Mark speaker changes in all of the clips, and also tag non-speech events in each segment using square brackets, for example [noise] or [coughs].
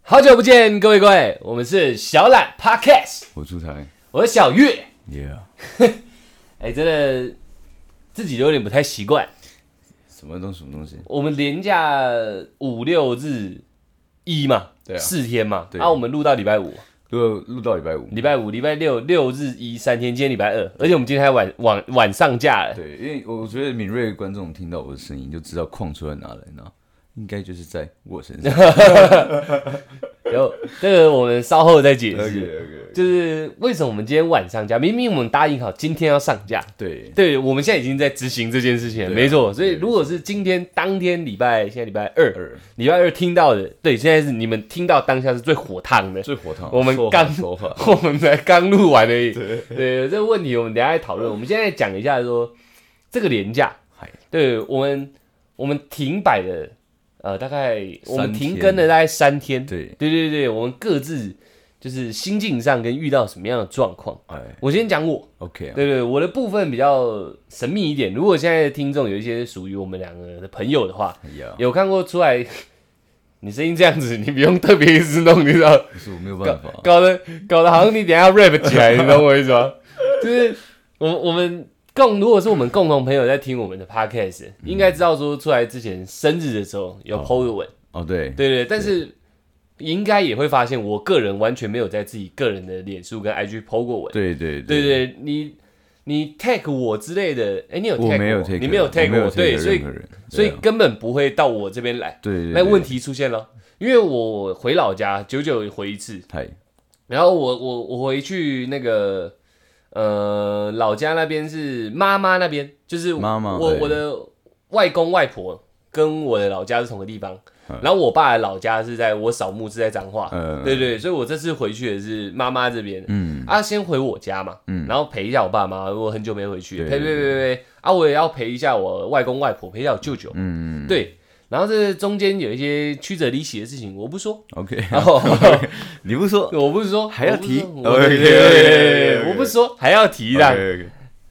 Speaker 1: 好久不见，各位各位，我们是小懒 Podcast，
Speaker 2: 我出台
Speaker 1: 我是小月。
Speaker 2: ，Yeah，
Speaker 1: 哎、真的自己有点不太习惯，
Speaker 2: 什么东什么东西？
Speaker 1: 我们连假五六日一嘛，
Speaker 2: 对啊
Speaker 1: 四天嘛，
Speaker 2: 对
Speaker 1: 啊，我们录到礼拜五，
Speaker 2: 录录到礼拜五，
Speaker 1: 礼拜五、礼拜六六日一三天，今天礼拜二，而且我们今天还晚晚晚上架了，
Speaker 2: 对，因为我觉得敏锐的观众听到我的声音就知道矿出在哪来呢，应该就是在我身上。
Speaker 1: 然后这个我们稍后再解释。
Speaker 2: OK，
Speaker 1: 就是为什么我们今天晚上架？明明我们答应好今天要上架，
Speaker 2: 对
Speaker 1: 对，我们现在已经在执行这件事情了，
Speaker 2: 对啊
Speaker 1: 没错。所以
Speaker 2: 对
Speaker 1: 如果是今天当天礼拜，现在礼拜二，
Speaker 2: 二
Speaker 1: 礼拜二听到的，对，现在是你们听到当下是最火烫的。
Speaker 2: 最火烫，
Speaker 1: 我们
Speaker 2: 说话
Speaker 1: 刚
Speaker 2: 说话，
Speaker 1: [laughs] 我们才刚录完而已。对，这个问题我们等一下再讨论。我们现在讲一下说这个廉价
Speaker 2: 嗨，
Speaker 1: 对我们我们停摆了，呃，大概我们
Speaker 2: 三
Speaker 1: 停
Speaker 2: 天
Speaker 1: 更了大概三天。
Speaker 2: 对，
Speaker 1: 对对对，我们各自就是心境上跟遇到什么样的状况。
Speaker 2: 哎
Speaker 1: 我先讲我，
Speaker 2: ，OK 啊，
Speaker 1: 对对，我的部分比较神秘一点。如果现在的听众有一些属于我们两个的朋友的话，
Speaker 2: 哎呀，
Speaker 1: 有看过出来，你声音这样子，你不用特别一直弄，你知道，
Speaker 2: 可是我没有办法，
Speaker 1: 搞得搞得好像你等一下要 rap 起来，你懂我意思吗？ [laughs] 就是我们我们共，如果是我们共同朋友在听我们的 podcast，应该知道说出来之前生日的时候有 po 个文，
Speaker 2: 嗯哦对，
Speaker 1: 对对，但是。应该也会发现，我个人完全没有在自己个人的脸书跟 IG PO 过文。
Speaker 2: 对对
Speaker 1: 对，对，你你 tag 我之类的，哎、你有 tag
Speaker 2: 我没有 take，
Speaker 1: 你没有 tag 我，对，所以所以
Speaker 2: 对啊
Speaker 1: 根本不会到我这边来。
Speaker 2: 对对
Speaker 1: 那问
Speaker 2: 题，
Speaker 1: 题出现了，因为我回老家久久回一次，
Speaker 2: 嗨，
Speaker 1: 然后我我我回去那个呃老家那边是妈妈那边，就是
Speaker 2: 妈妈
Speaker 1: 我
Speaker 2: 对
Speaker 1: 我的外公外婆跟我的老家是同个地方
Speaker 2: 嗯，
Speaker 1: 然后我爸的老家是在我扫墓是在彰化，
Speaker 2: 呃，
Speaker 1: 对，对，所以我这次回去也是妈妈这边，
Speaker 2: 嗯，
Speaker 1: 啊，先回我家嘛，
Speaker 2: 嗯
Speaker 1: 然后陪一下我爸妈，我很久没回去，
Speaker 2: 对
Speaker 1: 陪陪陪陪陪，啊，我也要陪一下我外公外婆，陪一下我舅舅，
Speaker 2: 嗯
Speaker 1: 对，然后这中间有一些曲折离奇的事情，我不
Speaker 2: [laughs]
Speaker 1: 说， [laughs]
Speaker 2: ，OK，
Speaker 1: 然后
Speaker 2: 你不说
Speaker 1: 我不说，
Speaker 2: [laughs] 还要提
Speaker 1: 我不说我
Speaker 2: OK，OK，OK，OK，OK
Speaker 1: 对对对 [laughs] 对对我不说还要提的，
Speaker 2: OK，OK，OK，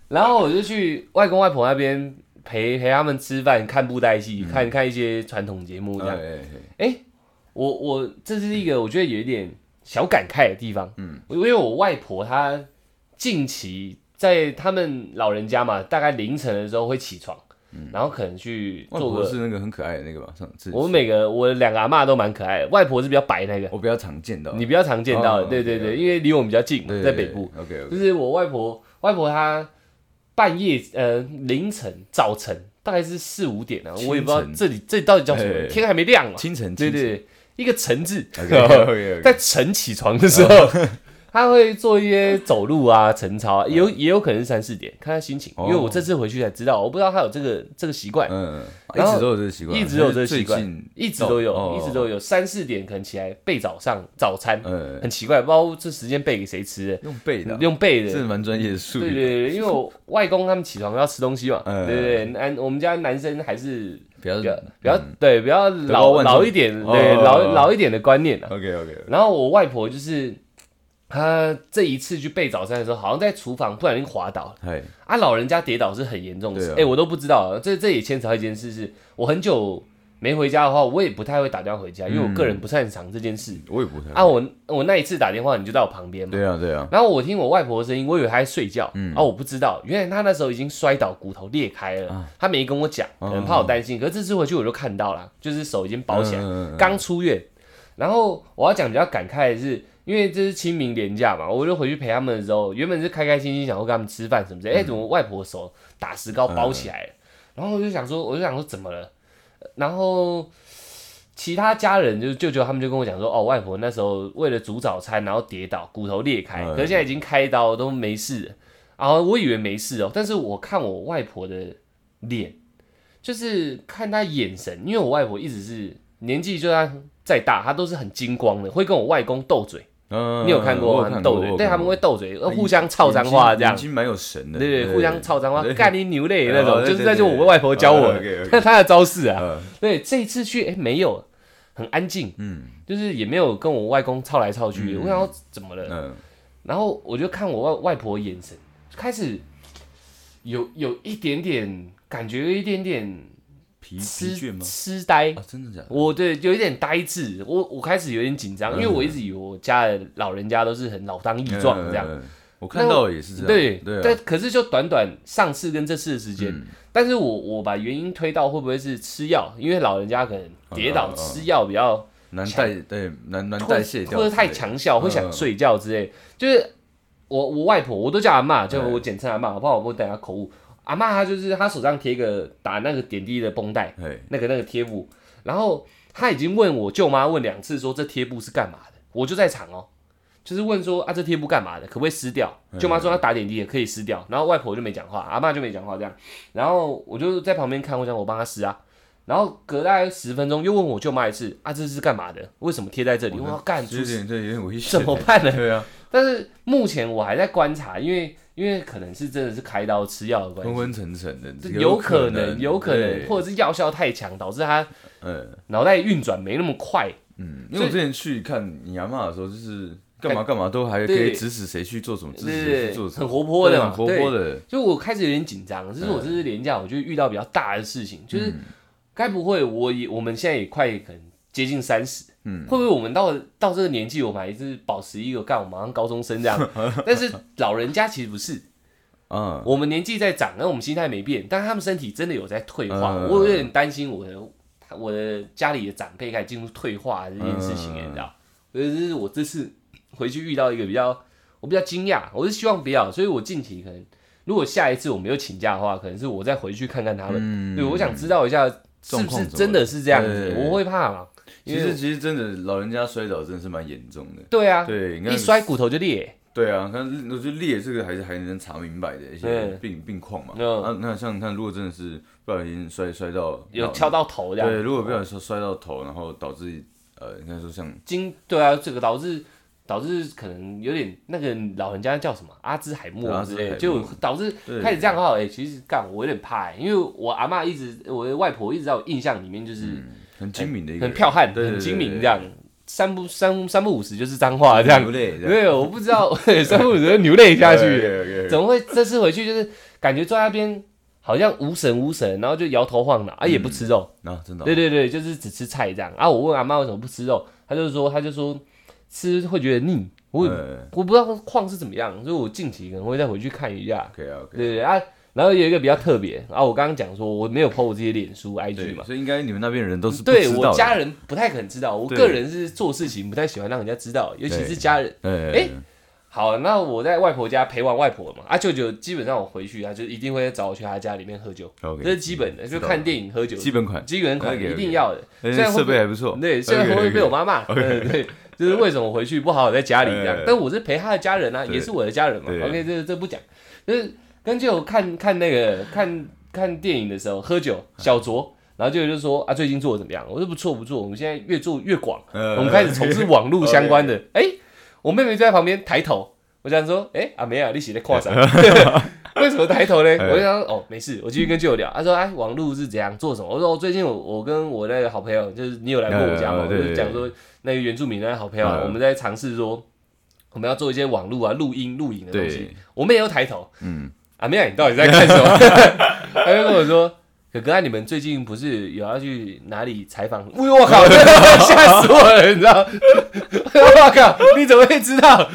Speaker 1: 然后我就去外公外婆那边陪陪他们吃饭，看布袋戏，
Speaker 2: 嗯
Speaker 1: 看看一些传统节目这样，
Speaker 2: 哎哎哎
Speaker 1: 我我这是一个我觉得有一点小感慨的地方，嗯
Speaker 2: 嗯，
Speaker 1: 因为我外婆她近期在他们老人家嘛，大概凌晨的时候会起床，然后可能去
Speaker 2: 嗯外
Speaker 1: 做
Speaker 2: 婆
Speaker 1: 个。
Speaker 2: 是那个很可爱的那个吧？上次
Speaker 1: 我每个我两个阿嬷都蛮可爱的，外婆是比较白那个，
Speaker 2: 我比较常见到，
Speaker 1: 你比较常见到的，
Speaker 2: 哦
Speaker 1: 对对对，
Speaker 2: 对
Speaker 1: 因为离我们比较近嘛，
Speaker 2: 对
Speaker 1: 在北部，。
Speaker 2: OK
Speaker 1: 就
Speaker 2: OK，
Speaker 1: 是我外婆，外婆她半夜呃凌晨早晨大概是四五点啊，我也不知道
Speaker 2: 清晨
Speaker 1: 这里这里到底叫什么
Speaker 2: 嘿，嘿
Speaker 1: 天还没亮嘛，
Speaker 2: 清晨
Speaker 1: 对对，对，一个晨字，[laughs]
Speaker 2: OK OK，
Speaker 1: 在晨起床的时候，他会做一些走路啊、晨操啊，也有也有可能是三四点，看他心情。因
Speaker 2: 哦
Speaker 1: 为我这次回去才知道，我不知道他有这个这个习惯，
Speaker 2: 嗯，
Speaker 1: 然后
Speaker 2: 一直都有这个习惯，
Speaker 1: 一直有这个习
Speaker 2: 最
Speaker 1: 惯啊
Speaker 2: 近，
Speaker 1: 一直都有，
Speaker 2: 哦
Speaker 1: 一直都有。三四点可能起来备早上早餐，
Speaker 2: 呃
Speaker 1: 很奇怪，不知道这时间备给谁吃
Speaker 2: 用背的
Speaker 1: 的，
Speaker 2: 啊，
Speaker 1: 用备
Speaker 2: 这
Speaker 1: 的。
Speaker 2: 蛮专业的术
Speaker 1: 对对
Speaker 2: 语，
Speaker 1: 对，因为我外公他们起床要吃东西嘛，对
Speaker 2: 嗯
Speaker 1: 对对，男我们家男生还是
Speaker 2: 比较
Speaker 1: 比较比较对比较
Speaker 2: 高
Speaker 1: 老
Speaker 2: 望重
Speaker 1: 老一点，
Speaker 2: 哦
Speaker 1: 对老老一点的观念啊。
Speaker 2: OK OK，
Speaker 1: 然后我外婆就是她这一次去备早餐的时候，好像在厨房不小心滑倒了
Speaker 2: 嗨，
Speaker 1: 啊，老人家跌倒是很严重的事，哎、
Speaker 2: 对啊
Speaker 1: 我都不知道啊，这这也牵扯到一件事是，我很久没回家的话，我也不太会打电话回家，因为我
Speaker 2: 嗯
Speaker 1: 个人不擅长这件事、
Speaker 2: 我也不太
Speaker 1: 啊。我我那一次打电话，你就在我旁边嘛。
Speaker 2: 对啊对啊，
Speaker 1: 然后我听我外婆的声音，我以为她在睡觉，
Speaker 2: 嗯
Speaker 1: 啊，我不知道，原来她那时候已经摔倒，骨头裂开了，
Speaker 2: 啊哦
Speaker 1: 她没跟我讲，可能怕我担心。可是这次回去我就看到了，就是手已经包起来了，
Speaker 2: 来
Speaker 1: 刚出院，然后我要讲比较感慨的是，因为这是清明年假嘛，我就回去陪他们的时候，原本是开开心心想要跟他们吃饭什么之类，哎、怎么外婆手打石膏包起来了？然后我就想说，我就想说怎么了？呃然后其他家人就是舅舅他们就跟我讲说，哦，外婆那时候为了煮早餐，然后跌倒，骨头裂开，
Speaker 2: 嗯
Speaker 1: 可是现在已经开刀都没事了。然后我以为没事哦，但是我看我外婆的脸，就是看她眼神，因为我外婆一直是年纪就算再大，她都是很精光的，会跟我外公斗嘴。
Speaker 2: 嗯，
Speaker 1: 你有看过
Speaker 2: 我
Speaker 1: 吗？
Speaker 2: 看
Speaker 1: 斗
Speaker 2: 我
Speaker 1: 嘴，
Speaker 2: 有
Speaker 1: 对
Speaker 2: 看
Speaker 1: 他们
Speaker 2: 过啊
Speaker 1: 会斗嘴，呃互相操脏话这样
Speaker 2: 眼。睛蛮有神的，
Speaker 1: 对对，互相操脏话，
Speaker 2: 对
Speaker 1: 干你牛类那种，
Speaker 2: [laughs] 哦对
Speaker 1: 就是
Speaker 2: 对
Speaker 1: 那就
Speaker 2: 对
Speaker 1: 我外婆教我
Speaker 2: 哦
Speaker 1: 的
Speaker 2: ，OK，OK，
Speaker 1: [laughs] 那她的招式啊。
Speaker 2: 呃，
Speaker 1: 对，这一次去，哎，没有，很安静，
Speaker 2: 嗯
Speaker 1: 就是也没有跟我外公操来操去。我想要怎么了？
Speaker 2: 嗯，
Speaker 1: 然后我就看我外外婆眼神开始有有一点点感觉，有一点点
Speaker 2: 疲疲
Speaker 1: 痴
Speaker 2: 倦吗？
Speaker 1: 痴呆
Speaker 2: 啊，，真的假的？
Speaker 1: 我对有一点呆滞，我我开始有点紧
Speaker 2: 嗯
Speaker 1: 张，因为我一直以为我家的老人家都是很老当益壮这样。
Speaker 2: 嗯，嗯嗯我看到的也是这样。
Speaker 1: 对
Speaker 2: 对
Speaker 1: 但
Speaker 2: 啊，嗯
Speaker 1: 可是就短短上次跟这次的时间，但是我我把原因推到会不会是吃药？因为老人家可能跌倒
Speaker 2: 嗯嗯嗯
Speaker 1: 吃药比较
Speaker 2: 难代对难难
Speaker 1: 或
Speaker 2: 嗯代谢掉之类的，
Speaker 1: 或者太强效，会想睡觉之类。就是我我外婆，我都叫阿妈，
Speaker 2: 哎
Speaker 1: 就我简称阿妈，我怕我我等下口误。阿妈她就是她手上贴一个打那个点滴的绷带，
Speaker 2: 嘿，
Speaker 1: 那个那个贴布，然后她已经问我舅妈问两次说这贴布是干嘛的，我就在场哦，就是问说啊这贴布干嘛的，可不可以撕掉？舅妈说她打点滴也可以撕掉，然后外婆就没讲话，阿妈就没讲话这样，然后我就在旁边看，我想我帮她撕啊。然后隔大概十分钟，又问我舅妈一次啊，这是干嘛的？为什么贴在这里？我要干
Speaker 2: 这有
Speaker 1: 出事
Speaker 2: 点这有点危险。
Speaker 1: 怎么办呢？
Speaker 2: 对啊，
Speaker 1: 但是目前我还在观察，因为因为可能是真的是开刀吃药的关
Speaker 2: 昏
Speaker 1: 系，
Speaker 2: 昏沉沉的，
Speaker 1: 这有
Speaker 2: 可
Speaker 1: 可能有可能，
Speaker 2: 对
Speaker 1: 或者是药效太强导致他
Speaker 2: 嗯
Speaker 1: 脑袋运转没那么快，
Speaker 2: 嗯，因为我之前去看你阿嬷的时候，就是干嘛干嘛都还可
Speaker 1: 对
Speaker 2: 以指使谁去做什么，指使谁
Speaker 1: 对
Speaker 2: 去做什
Speaker 1: 很
Speaker 2: 么，
Speaker 1: 活泼的
Speaker 2: 对
Speaker 1: 嘛，
Speaker 2: 很活泼
Speaker 1: 对。
Speaker 2: 的，
Speaker 1: 就我开始有点紧张，就是我这次廉价，我就遇到比较大的事
Speaker 2: 嗯
Speaker 1: 情，就是该不会我也我们现在也快可能接近三十，
Speaker 2: 嗯
Speaker 1: 会不会我们到到这个年纪，我们还是保持一个干我们好像高中生这样？
Speaker 2: [laughs]
Speaker 1: 但是老人家其实不是，
Speaker 2: 啊，
Speaker 1: 我们年纪在长，那我们心态没变，但他们身体真的有在退化。
Speaker 2: 嗯
Speaker 1: 我有点担心我的我的家里的长辈开始进入退化这件事情，
Speaker 2: 嗯
Speaker 1: 你知道？所以这是我这次回去遇到一个比较我比较惊讶，我是希望不要，所以我近期可能如果下一次我没有请假的话，可能是我再回去看看他们。
Speaker 2: 嗯
Speaker 1: 对，我想知道一下是
Speaker 2: 状
Speaker 1: 不
Speaker 2: 况
Speaker 1: 是
Speaker 2: 怎么
Speaker 1: 真的是这样
Speaker 2: 对
Speaker 1: 子
Speaker 2: 对，对
Speaker 1: 我会怕嘛？
Speaker 2: 其实其实真的老人家摔倒真的是蛮严重的。
Speaker 1: 对啊，
Speaker 2: 对，你看
Speaker 1: 一摔骨头就裂，
Speaker 2: 对啊，看我觉得裂这个还是还能查明白的一些
Speaker 1: 嗯
Speaker 2: 病病况嘛。
Speaker 1: 嗯
Speaker 2: 啊，那像看如果真的是不小心摔摔到
Speaker 1: 有敲到头这样。
Speaker 2: 对，如果不小心摔到头，然后导致呃，应该说像
Speaker 1: 经对啊，这个导致导致可能有点那个老人家叫什么阿兹海默
Speaker 2: 阿
Speaker 1: 之
Speaker 2: 兹
Speaker 1: 类
Speaker 2: 海
Speaker 1: 的，
Speaker 2: 默
Speaker 1: 就导致
Speaker 2: 对
Speaker 1: 开始这样哈，哎、其实干我有点怕、欸，因为我阿嬷一直我的外婆一直在我印象里面就是
Speaker 2: 很精明的一个
Speaker 1: 嗯很
Speaker 2: 人，
Speaker 1: 剽悍、
Speaker 2: 嗯对对
Speaker 1: 很精
Speaker 2: 对
Speaker 1: 明
Speaker 2: 对
Speaker 1: 这样，三不三三不五十就是脏话这样
Speaker 2: 流，泪这样
Speaker 1: 对，我不知道 [laughs] 三不五十就流泪下去。
Speaker 2: 去
Speaker 1: 怎么会这次回去就是感觉坐在那边好像无神无神，然后就摇头晃脑啊，也不吃肉，
Speaker 2: 啊，真的哦
Speaker 1: 对对对，就是只吃菜这样啊。我问阿妈为什么不吃肉，她就说她就说吃会觉得腻，我也、
Speaker 2: 呃
Speaker 1: 我不知道矿是怎么样，所以我近期可能会再回去看一下。
Speaker 2: ，OK 啊
Speaker 1: 对
Speaker 2: ，OK
Speaker 1: 对对啊，然后有一个比较特别啊，我刚刚讲说我没有 PO 我自己脸书
Speaker 2: 啊。对
Speaker 1: IG 嘛，
Speaker 2: 所以应该你们那边人都是不
Speaker 1: 对
Speaker 2: 知
Speaker 1: 我
Speaker 2: 道的
Speaker 1: 家人不太可能知道，我
Speaker 2: 对
Speaker 1: 个人是做事情不太喜欢让人家知道，尤其
Speaker 2: 对
Speaker 1: 是家人。
Speaker 2: 哎
Speaker 1: 哎好，那我在外婆家陪完外婆嘛，啊舅舅基本上我回去啊，就一定会找我去他家里面喝酒，
Speaker 2: ，OK，
Speaker 1: 这是基本的，就
Speaker 2: 知道
Speaker 1: 看电影喝酒，
Speaker 2: 基本款，
Speaker 1: 基本款
Speaker 2: OK，OK
Speaker 1: 一定要的。
Speaker 2: 而
Speaker 1: 虽
Speaker 2: 且
Speaker 1: 然会
Speaker 2: 设备还不错，
Speaker 1: 对，虽然会被我妈骂，
Speaker 2: OK，OK
Speaker 1: 对对，就是为什么我回去不好好在家里这样
Speaker 2: 哎，
Speaker 1: 但我是陪他的家人啊，
Speaker 2: 对
Speaker 1: 也是我的家人嘛。
Speaker 2: 对
Speaker 1: OK，这这不讲，就是跟舅舅看看那个看看电影的时候喝酒，小酌，然后舅舅就说啊，最近做的怎么样？我说不错不错，我们现在越做越广，我
Speaker 2: 我
Speaker 1: 们开始从事网络相关的。
Speaker 2: 呃
Speaker 1: 哎，我妹妹就在旁边抬头，我想说，哎，阿梅啊，你写的跨啥？
Speaker 2: [laughs]
Speaker 1: 为什么抬头呢？
Speaker 2: 哎
Speaker 1: 我就想说哦，没事，我继续跟舅舅聊。他说哎，网络是怎样做什么？我说哦最近我我跟我那个好朋友，就是你有来过我家
Speaker 2: 嗯
Speaker 1: 嘛？
Speaker 2: 嗯
Speaker 1: 我
Speaker 2: 对
Speaker 1: 就讲说那个原住民那个好朋友，
Speaker 2: 嗯
Speaker 1: 我们在尝试说我们要做一些网络啊、录音、录影的东西
Speaker 2: [laughs] 对。，
Speaker 1: 我妹又抬头，
Speaker 2: 嗯，
Speaker 1: 阿妹啊，你到底在干什么？ [laughs] 他就跟我说。哥哥啊，你们最近不是有要去哪里采访？哎呦我靠， [laughs] 吓死我了，你知道？ [laughs] 我靠，你怎么会知道？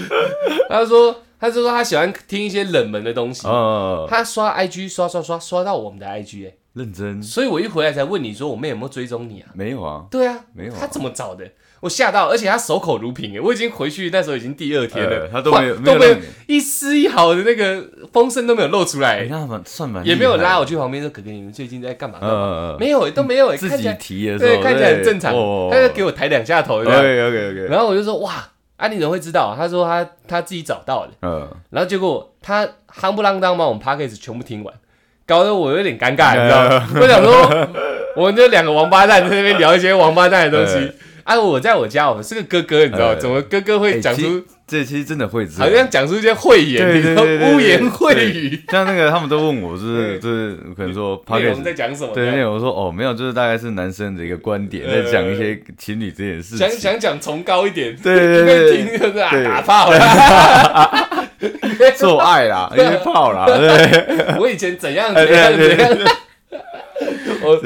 Speaker 1: 他就说，他就说他喜欢听一些冷门的东西，
Speaker 2: 哦，
Speaker 1: 他刷 IG 刷刷刷刷到我们的 IG 哎、
Speaker 2: 认真
Speaker 1: 所以我一回来才问你说我妹有没有追踪你啊？
Speaker 2: 没有啊？
Speaker 1: 对啊，
Speaker 2: 没有啊
Speaker 1: 他怎么找的？我吓到，而且他守口如瓶哎、我已经回去那时候已经第二天了，
Speaker 2: 呃他都没有
Speaker 1: 哇
Speaker 2: 没有
Speaker 1: 都没有
Speaker 2: 让你
Speaker 1: 一丝一毫的那个风声都没有露出来、
Speaker 2: 哎，那蛮算蛮
Speaker 1: 也没有拉
Speaker 2: 我，
Speaker 1: 我去旁边说哥哥你们最近在干嘛干嘛？
Speaker 2: 嗯，嗯嗯
Speaker 1: 没有、欸、都没有、欸，
Speaker 2: 自
Speaker 1: 看起
Speaker 2: 己
Speaker 1: 来
Speaker 2: 提的时
Speaker 1: 对
Speaker 2: 候，哦
Speaker 1: 看起来很正常，他就给
Speaker 2: 我
Speaker 1: 我抬两下头这样，
Speaker 2: ，OK OK OK，
Speaker 1: 然后我就说哇，啊你怎么会知道？他说他他自己找到的。
Speaker 2: 嗯，
Speaker 1: 然后结果他夯不啷当把我们 p a c k a g e 全部听完，搞得我有点尴尬，你知道
Speaker 2: 嗯
Speaker 1: 吗？我想说，我们这两个王八蛋在那边聊一些王八蛋的
Speaker 2: [laughs]
Speaker 1: 东西
Speaker 2: 嗯。
Speaker 1: 啊，我在我家，我是个哥哥，你知道吗，
Speaker 2: 嗯
Speaker 1: 怎么哥哥
Speaker 2: 哎
Speaker 1: 会讲
Speaker 2: 其实
Speaker 1: 出
Speaker 2: 这其实真的会这
Speaker 1: 好
Speaker 2: 样。
Speaker 1: 像讲出一些慧眼，
Speaker 2: 对
Speaker 1: 你知
Speaker 2: 对
Speaker 1: 道
Speaker 2: 对对，
Speaker 1: 污言秽
Speaker 2: 对
Speaker 1: 语。。
Speaker 2: 像那个他们都问我
Speaker 1: 对
Speaker 2: 是就是可能说 p o
Speaker 1: 内
Speaker 2: c
Speaker 1: 容
Speaker 2: a
Speaker 1: 在讲啊什么？
Speaker 2: 对内容说哦没有，就是大概是男生的一个观点，在讲一些情侣这件事
Speaker 1: 想
Speaker 2: 情。
Speaker 1: 想讲崇高一点，
Speaker 2: 对对对
Speaker 1: 因
Speaker 2: 对
Speaker 1: 为听就是啊
Speaker 2: 对
Speaker 1: 打炮啊了。
Speaker 2: [laughs] 做爱啦，一些泡啦，
Speaker 1: [laughs]
Speaker 2: 对
Speaker 1: 我以前怎样
Speaker 2: 哎
Speaker 1: 怎样
Speaker 2: 对对
Speaker 1: 怎样，
Speaker 2: [laughs]
Speaker 1: 我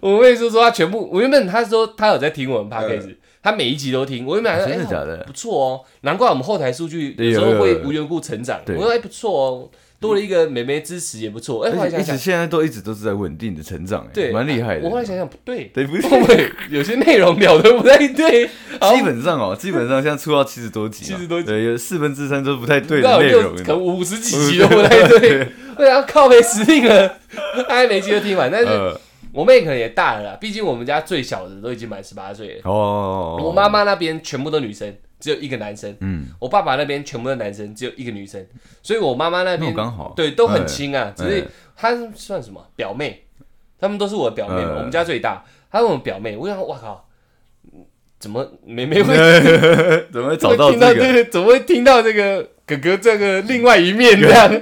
Speaker 1: 我妹说说她全部，我原本她说她有在听我们 podcast，、她每一集都听。我原本还说
Speaker 2: 嗯真的
Speaker 1: 哎
Speaker 2: 假的
Speaker 1: 不错哦，难怪我们后台数据
Speaker 2: 对
Speaker 1: 有时
Speaker 2: 有
Speaker 1: 候
Speaker 2: 有
Speaker 1: 会
Speaker 2: 有
Speaker 1: 无缘故成长。
Speaker 2: 对
Speaker 1: 我说哎不错哦，多了一个妹妹支持也不错。哎，后来
Speaker 2: 而且
Speaker 1: 想
Speaker 2: 一直
Speaker 1: 想，
Speaker 2: 现在都一直都是在稳定的成长，哎
Speaker 1: 对，
Speaker 2: 蛮厉害的。
Speaker 1: 我后来想想不对，
Speaker 2: 对，不是，
Speaker 1: 后面有些内容聊的不太对，好
Speaker 2: [laughs] 基本上哦，基本上现在出到七十多集嘛，
Speaker 1: 70多集
Speaker 2: 对，有四分之三都不太对的
Speaker 1: 到
Speaker 2: 内
Speaker 1: 六
Speaker 2: 容，
Speaker 1: 可能五十几集都不太对， [laughs] 对啊，靠背死定了，大家每集都听完。但是
Speaker 2: 呃，
Speaker 1: 我妹可能也大了啦，毕竟我们家最小的都已经满十八岁了。
Speaker 2: 哦，
Speaker 1: 我妈，妈那边全部都女生，只有一个男生。
Speaker 2: 嗯，
Speaker 1: 我爸爸那边全部都男生，只有一个女生，所以我妈妈那
Speaker 2: 那
Speaker 1: 边
Speaker 2: 我刚好，
Speaker 1: 对都很
Speaker 2: 哎，
Speaker 1: 亲啊，只
Speaker 2: 哎
Speaker 1: 是她算什么表妹，他们都是我的表妹嘛，
Speaker 2: 哎
Speaker 1: 我们家最大，她是我们表妹。我想，哇靠，嗯怎么妹妹会
Speaker 2: [laughs] 怎么会
Speaker 1: [laughs]
Speaker 2: 找到
Speaker 1: 会
Speaker 2: 这
Speaker 1: 听到
Speaker 2: 个？
Speaker 1: 对，怎么会听到这个哥哥这个另外一面这
Speaker 2: [laughs]
Speaker 1: 样？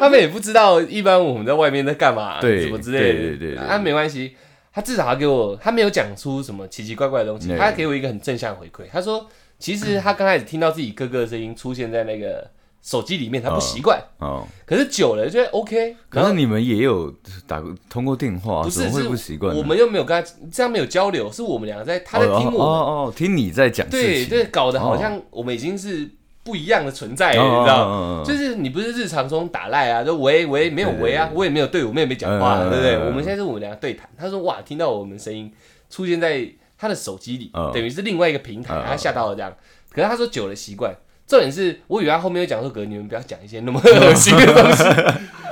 Speaker 1: 他们也不知道，一般我们在外面在干嘛，
Speaker 2: 对
Speaker 1: 什么之类的，
Speaker 2: 对对对对
Speaker 1: 啊，没关系，他至少他给我，他没有讲出什么奇奇怪怪的东西，
Speaker 2: 对
Speaker 1: 他给我一个很正向回馈，他说，其实他刚开始听到自己哥哥的声音出现在那个手机里面，他不习惯，
Speaker 2: 哦，
Speaker 1: 可是久了就觉得 OK，然
Speaker 2: 可
Speaker 1: 后
Speaker 2: 是你们也有打过通过电话，啊
Speaker 1: 不
Speaker 2: 怎
Speaker 1: 是
Speaker 2: 么会
Speaker 1: 是
Speaker 2: 不习惯呢？
Speaker 1: 我们又没有跟他这样没有交流，是我们两个在他在听
Speaker 2: 哦
Speaker 1: 我们，
Speaker 2: 哦哦，听你在讲
Speaker 1: 对
Speaker 2: 事情，
Speaker 1: 对，搞得好
Speaker 2: 哦
Speaker 1: 像我们已经是不一样的存在了，
Speaker 2: 哦，
Speaker 1: 你知道吗？
Speaker 2: 哦
Speaker 1: 就是你不是日常中打赖啊，就喂喂没有喂啊，我也没有对我妹妹讲话、啊
Speaker 2: 嗯
Speaker 1: 对不对？
Speaker 2: 嗯嗯
Speaker 1: 我们现在是我们俩对谈，他说哇，听到我们声音出现在他的手机里，
Speaker 2: 嗯
Speaker 1: 等于是另外一个平台，
Speaker 2: 嗯嗯
Speaker 1: 他吓到了这样。可是他说久了习惯，重点是我以为他后面有讲说，哥你们不要讲一些那么恶心的东
Speaker 2: [laughs]
Speaker 1: 西，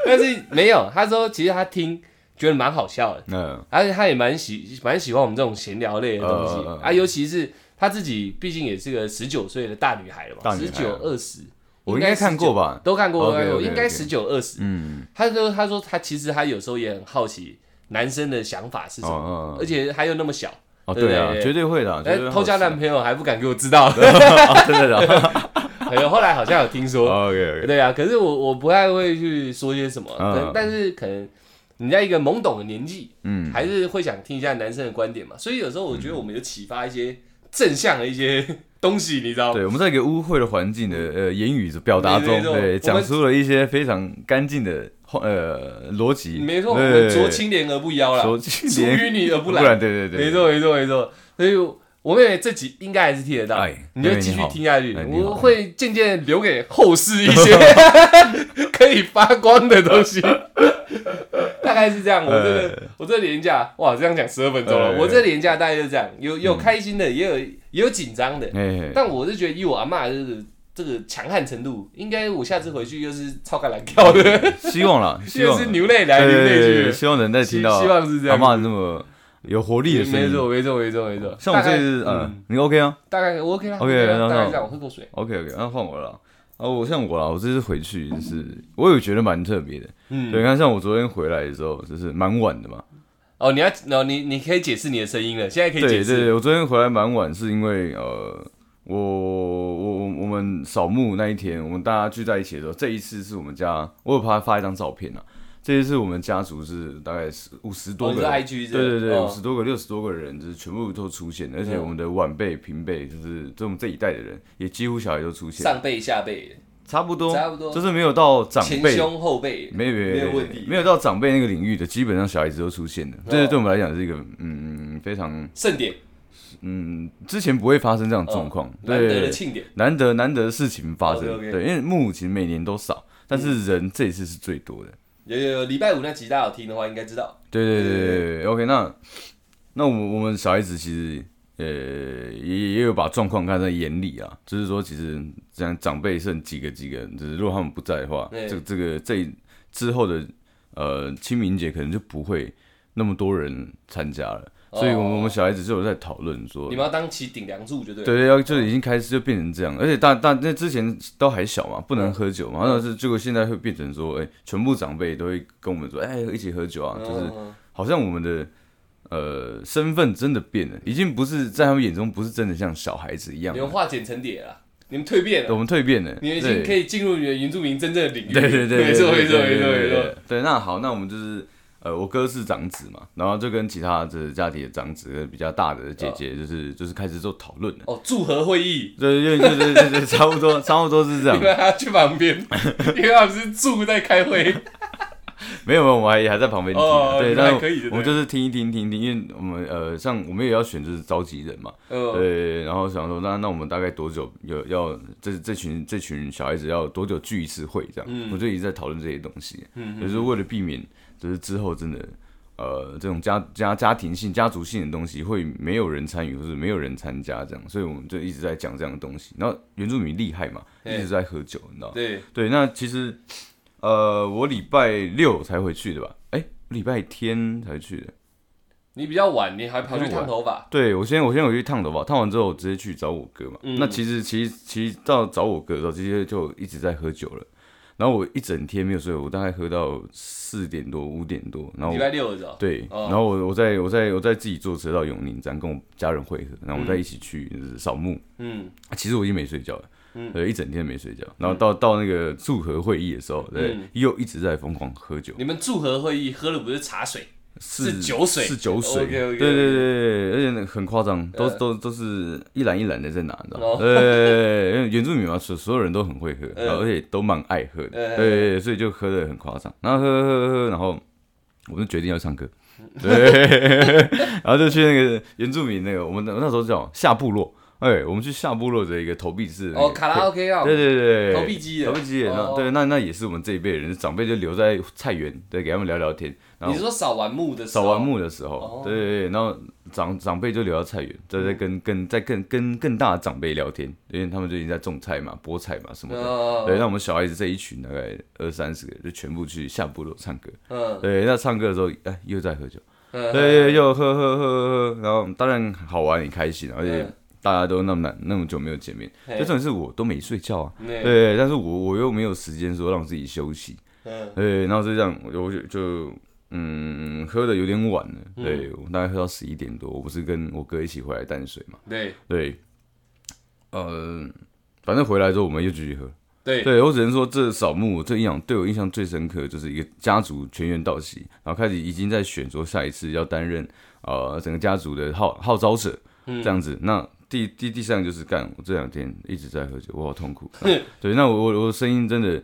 Speaker 1: 但是没有，他说其实他听觉得蛮好笑的，
Speaker 2: 嗯，
Speaker 1: 而且他也蛮喜蛮喜欢我们这种闲聊类的东西、
Speaker 2: 嗯嗯嗯
Speaker 1: 啊，尤其是他自己毕竟也是个十九岁的大女孩了嘛，
Speaker 2: 大女
Speaker 1: 十
Speaker 2: 孩
Speaker 1: 九二十。
Speaker 2: 我应该看过吧？
Speaker 1: 都看过，都
Speaker 2: OK，
Speaker 1: 看过，
Speaker 2: OK，OK
Speaker 1: 应该十九二十。
Speaker 2: 嗯，
Speaker 1: 他说，他说他其实他有时候也很好奇男生的想法是什么，
Speaker 2: 哦哦
Speaker 1: 而且还有那么小，
Speaker 2: 哦，
Speaker 1: 对
Speaker 2: 对啊，
Speaker 1: 对
Speaker 2: 绝对会的啊，
Speaker 1: 哎
Speaker 2: 绝对，会
Speaker 1: 偷交
Speaker 2: 好奇
Speaker 1: 男朋友还不敢给我知
Speaker 2: [laughs]
Speaker 1: 道。
Speaker 2: 啊
Speaker 1: [laughs]
Speaker 2: 真的的
Speaker 1: 还有后来好像有听说，
Speaker 2: 哦，OK OK，
Speaker 1: 对啊，可是我我不太会去说些什么，
Speaker 2: 嗯
Speaker 1: 可能但是可能你在一个懵懂的年纪，
Speaker 2: 嗯，
Speaker 1: 还是会想听一下男生的观点嘛。所以有时候我觉得我们有启发一些正向的一些东西，你知道吗？
Speaker 2: 对，我们在一个污秽的环境的呃言语表达
Speaker 1: 没
Speaker 2: 中，
Speaker 1: 错我们
Speaker 2: 对，讲出了一些非常干净的呃逻辑，
Speaker 1: 没错，我
Speaker 2: 对
Speaker 1: 们濯，清廉而不妖啦，
Speaker 2: 濯
Speaker 1: [laughs]
Speaker 2: 清
Speaker 1: 出淤泥而不
Speaker 2: 不
Speaker 1: 染。
Speaker 2: 染，对对对，
Speaker 1: 没错，没错，没错。所以我妹妹这集应该还是听得到，
Speaker 2: 哎
Speaker 1: 你就继
Speaker 2: 妹妹你
Speaker 1: 续
Speaker 2: 好
Speaker 1: 听下去
Speaker 2: 哎，你好
Speaker 1: 我会渐渐留给后世一些 [laughs] 可以发光的东
Speaker 2: [laughs]
Speaker 1: 西。大概是这样，我这个我这廉价哇，这样讲十二分钟了，
Speaker 2: 哎嗯
Speaker 1: 我这廉价大概就是这样，有有开心的，也有也有紧张的，
Speaker 2: 哎，
Speaker 1: 但我是觉得以我阿嬷这个这个强悍程度，应该我下次回去又是操干蓝跳的，
Speaker 2: 哎希望
Speaker 1: [laughs]
Speaker 2: 啦，希
Speaker 1: 又
Speaker 2: 望
Speaker 1: 是流泪来
Speaker 2: 对
Speaker 1: 流
Speaker 2: 对
Speaker 1: 泪
Speaker 2: 对，
Speaker 1: 去，
Speaker 2: 希望能再
Speaker 1: 希
Speaker 2: 听到
Speaker 1: 希望 [laughs] 是这
Speaker 2: 阿
Speaker 1: 样。
Speaker 2: 妈那么 [laughs] 有活力的声
Speaker 1: 没
Speaker 2: 音。
Speaker 1: 错，没错，没错，没错。
Speaker 2: 像我
Speaker 1: 大概
Speaker 2: 这次，
Speaker 1: 嗯
Speaker 2: 嗯，你 OK 啊
Speaker 1: 大概我 OK 啦
Speaker 2: OK，
Speaker 1: OK 啦
Speaker 2: 那
Speaker 1: 大概
Speaker 2: 那
Speaker 1: 这样，我喝口水。
Speaker 2: ？OK OK，那换我了啦。啊，我像我啦，我这次回去就是，我有觉得蛮特别的。对，
Speaker 1: 嗯，
Speaker 2: 你看，像我昨天回来的时候，就是蛮晚的嘛，
Speaker 1: 哦，你要，哦，你你可以解释你的声音了，现在可以
Speaker 2: 对
Speaker 1: 解
Speaker 2: 对
Speaker 1: 释。
Speaker 2: 对，我昨天回来蛮晚，是因为呃，我我我我们扫墓那一天，我们大家聚在一起的时候，这一次是我们家，我有拍发一张照片啊。这一次我们家族是大概十五十多
Speaker 1: 哦你
Speaker 2: 个
Speaker 1: 是
Speaker 2: 人，
Speaker 1: IG
Speaker 2: 对对
Speaker 1: 是哦
Speaker 2: 对，
Speaker 1: 吧
Speaker 2: 五十多个、六十多个人，就是全部都出现，而且
Speaker 1: 嗯
Speaker 2: 我们的晚辈、平辈，就是就我们这一代的人，也几乎小孩都出现，
Speaker 1: 上背下背，
Speaker 2: 差不多，
Speaker 1: 差不多
Speaker 2: 就是没有到长
Speaker 1: 前
Speaker 2: 辈，
Speaker 1: 胸后背，
Speaker 2: 没有没有
Speaker 1: 没有问题
Speaker 2: 没有到长辈那个领域的，基本上小孩子都出现了，这、
Speaker 1: 哦
Speaker 2: 对我们来讲是一个嗯非常
Speaker 1: 盛典，
Speaker 2: 嗯，之前不会发生这样的状况，
Speaker 1: 哦难得的
Speaker 2: 对，
Speaker 1: 庆典。
Speaker 2: 难得难得的事情发生，
Speaker 1: OK，OK 嗯
Speaker 2: 对，因为木其实每年都少，但是人这一次是最多的，
Speaker 1: 有有有，礼拜五那集大家有听的话，应该知道。
Speaker 2: 对对对
Speaker 1: 对
Speaker 2: 对对对，OK，那那我们我们小孩子其实呃也也有把状况看在眼里啊，就是说其实像长辈剩几个几个，就是如果他们不在的话，
Speaker 1: 对
Speaker 2: 这这个这一之后的呃清明节可能就不会那么多人参加了，所以我们
Speaker 1: 哦
Speaker 2: 我们小孩子就有在讨论说，
Speaker 1: 你们要当起顶梁柱就对了。
Speaker 2: 对对，要就已经开始就变成这样，而且大大那之前都还小嘛，不能喝酒嘛，但是结果现在会变成说，哎、全部长辈都会跟我们说，哎、一起喝酒啊，
Speaker 1: 嗯，
Speaker 2: 就是
Speaker 1: 嗯嗯
Speaker 2: 好像我们的呃身份真的变了，已经不是在他们眼中不是真的像小孩子一样
Speaker 1: 你，们化茧成蝶了，你们蜕变
Speaker 2: 对
Speaker 1: 了，
Speaker 2: 我们蜕变了，
Speaker 1: 你们已经可
Speaker 2: 以，
Speaker 1: 以进入你的原住民真正的领域。
Speaker 2: 对对对，
Speaker 1: 没错
Speaker 2: 对
Speaker 1: 没错
Speaker 2: 对
Speaker 1: 没错
Speaker 2: 对
Speaker 1: 没
Speaker 2: 对
Speaker 1: 错。
Speaker 2: 对，那好，那我们就是。呃，我哥是长子嘛，然后就跟其他的家里的长子、比较大的姐姐，就是就是开始做讨论了。
Speaker 1: 哦，祝贺会议，
Speaker 2: 对对对对对对，差不多差不多是这样 [laughs]
Speaker 1: 因。为他去旁边，因为他们是住在开会。
Speaker 2: 没有没有，我还也还在旁边听啊、
Speaker 1: 哦
Speaker 2: 对，
Speaker 1: 你还
Speaker 2: 但是
Speaker 1: 可以的
Speaker 2: 我们就是听一听听一听，因为我们呃，像我们也要选就是召集人嘛，
Speaker 1: 嗯，
Speaker 2: 对，然后想说那那我们大概多久有要这这群这群小孩子要多久聚一次会这样？我就一直在讨论这些东西，嗯，就是为了避免就是之后真的呃这种家家家庭性家族性的东西会没有人参与或者没有人参加这样，所以我们就一直在讲这样的东西。然后原住民厉害嘛，一
Speaker 1: 对
Speaker 2: 直在喝酒，你知道吗？
Speaker 1: 对，
Speaker 2: 对，那其实呃我礼拜六才回去的吧？哎，礼拜天才去的。
Speaker 1: 你比较晚，你还跑去烫头发，
Speaker 2: 对我先我先回去烫头发，烫完之后我直接去找我哥嘛。
Speaker 1: 嗯
Speaker 2: 那其实其实其实到找我哥的时候，这些就一直在喝酒了。然后我一整天没有睡，我大概喝到四点多五点多，然后
Speaker 1: 礼
Speaker 2: 我
Speaker 1: 拜六的时候，
Speaker 2: 对，
Speaker 1: 哦
Speaker 2: 然后我我在我在我在自己坐车到永宁站跟我家人会合，然后我们再一起去就是扫墓。
Speaker 1: 嗯，
Speaker 2: 啊其实我已经没睡觉了。对，一整天没睡觉，然后到到那个组合会议的时候，对，
Speaker 1: 嗯
Speaker 2: 又一直在疯狂喝酒，
Speaker 1: 你们祝贺会议喝的不是茶水，
Speaker 2: 是
Speaker 1: 是酒水
Speaker 2: 是酒水
Speaker 1: OK，OK，OK
Speaker 2: 对对对对，而且那个很夸张，都都都是一篮一篮的在拿，你知道
Speaker 1: 哦
Speaker 2: 吗？对，因为原住民嘛，所所有人都很会喝，
Speaker 1: 嗯
Speaker 2: 然后而且都蛮爱喝的，
Speaker 1: 嗯
Speaker 2: 对对对，所以就喝的很夸张，然后喝喝喝喝，然后我们就决定要唱歌，对，然后就去那个原住民那个，我们那那时候叫下部落，哎，我们去下部落的一个投币式的那个
Speaker 1: 哦，卡拉 OK 啊，
Speaker 2: 对对对，
Speaker 1: 投币机的
Speaker 2: 投币机的，那
Speaker 1: 哦
Speaker 2: 对，那那也是我们这一辈人，长辈就留在菜园，对，给他们聊聊天，然
Speaker 1: 你
Speaker 2: 后
Speaker 1: 是说扫完墓的时
Speaker 2: 扫
Speaker 1: 候，
Speaker 2: 完墓的时
Speaker 1: 哦嗯
Speaker 2: 候，对对对，然后长长辈就留到菜园，再再跟跟再跟跟更大的长辈聊天，因为他们最近在种菜嘛、菠菜嘛什么的。
Speaker 1: 嗯，
Speaker 2: 对，那我们小孩子这一群大概二三十个，就全部去下部落唱歌。
Speaker 1: 嗯
Speaker 2: 对，那唱歌的时候，哎，又在喝酒，
Speaker 1: 嗯，
Speaker 2: 对，又喝喝喝喝喝，然后当然好玩也开心，而且
Speaker 1: 嗯
Speaker 2: 大家都那么难那么久没有见面，
Speaker 1: 嘿
Speaker 2: 最重点是我都没睡觉啊。
Speaker 1: 对，
Speaker 2: 对，但是我我又没有时间说让自己休息，
Speaker 1: 嗯，
Speaker 2: 对，然后就这样，我就我就就嗯，喝的有点晚了，
Speaker 1: 嗯
Speaker 2: 对我大概喝到十一点多，我不是跟我哥一起回来淡水嘛，
Speaker 1: 对
Speaker 2: 对，呃，反正回来之后我们又继续喝，
Speaker 1: 对
Speaker 2: 对我只能说这扫墓这印象对我印象最深刻就是一个家族全员到齐，然后开始已经在选说下一次要担任呃整个家族的号号召者，
Speaker 1: 嗯
Speaker 2: 这样子。那第第第三个就是干，我这两天一直在喝酒，我好
Speaker 1: [laughs]
Speaker 2: 痛苦。对，那我我我声音真的。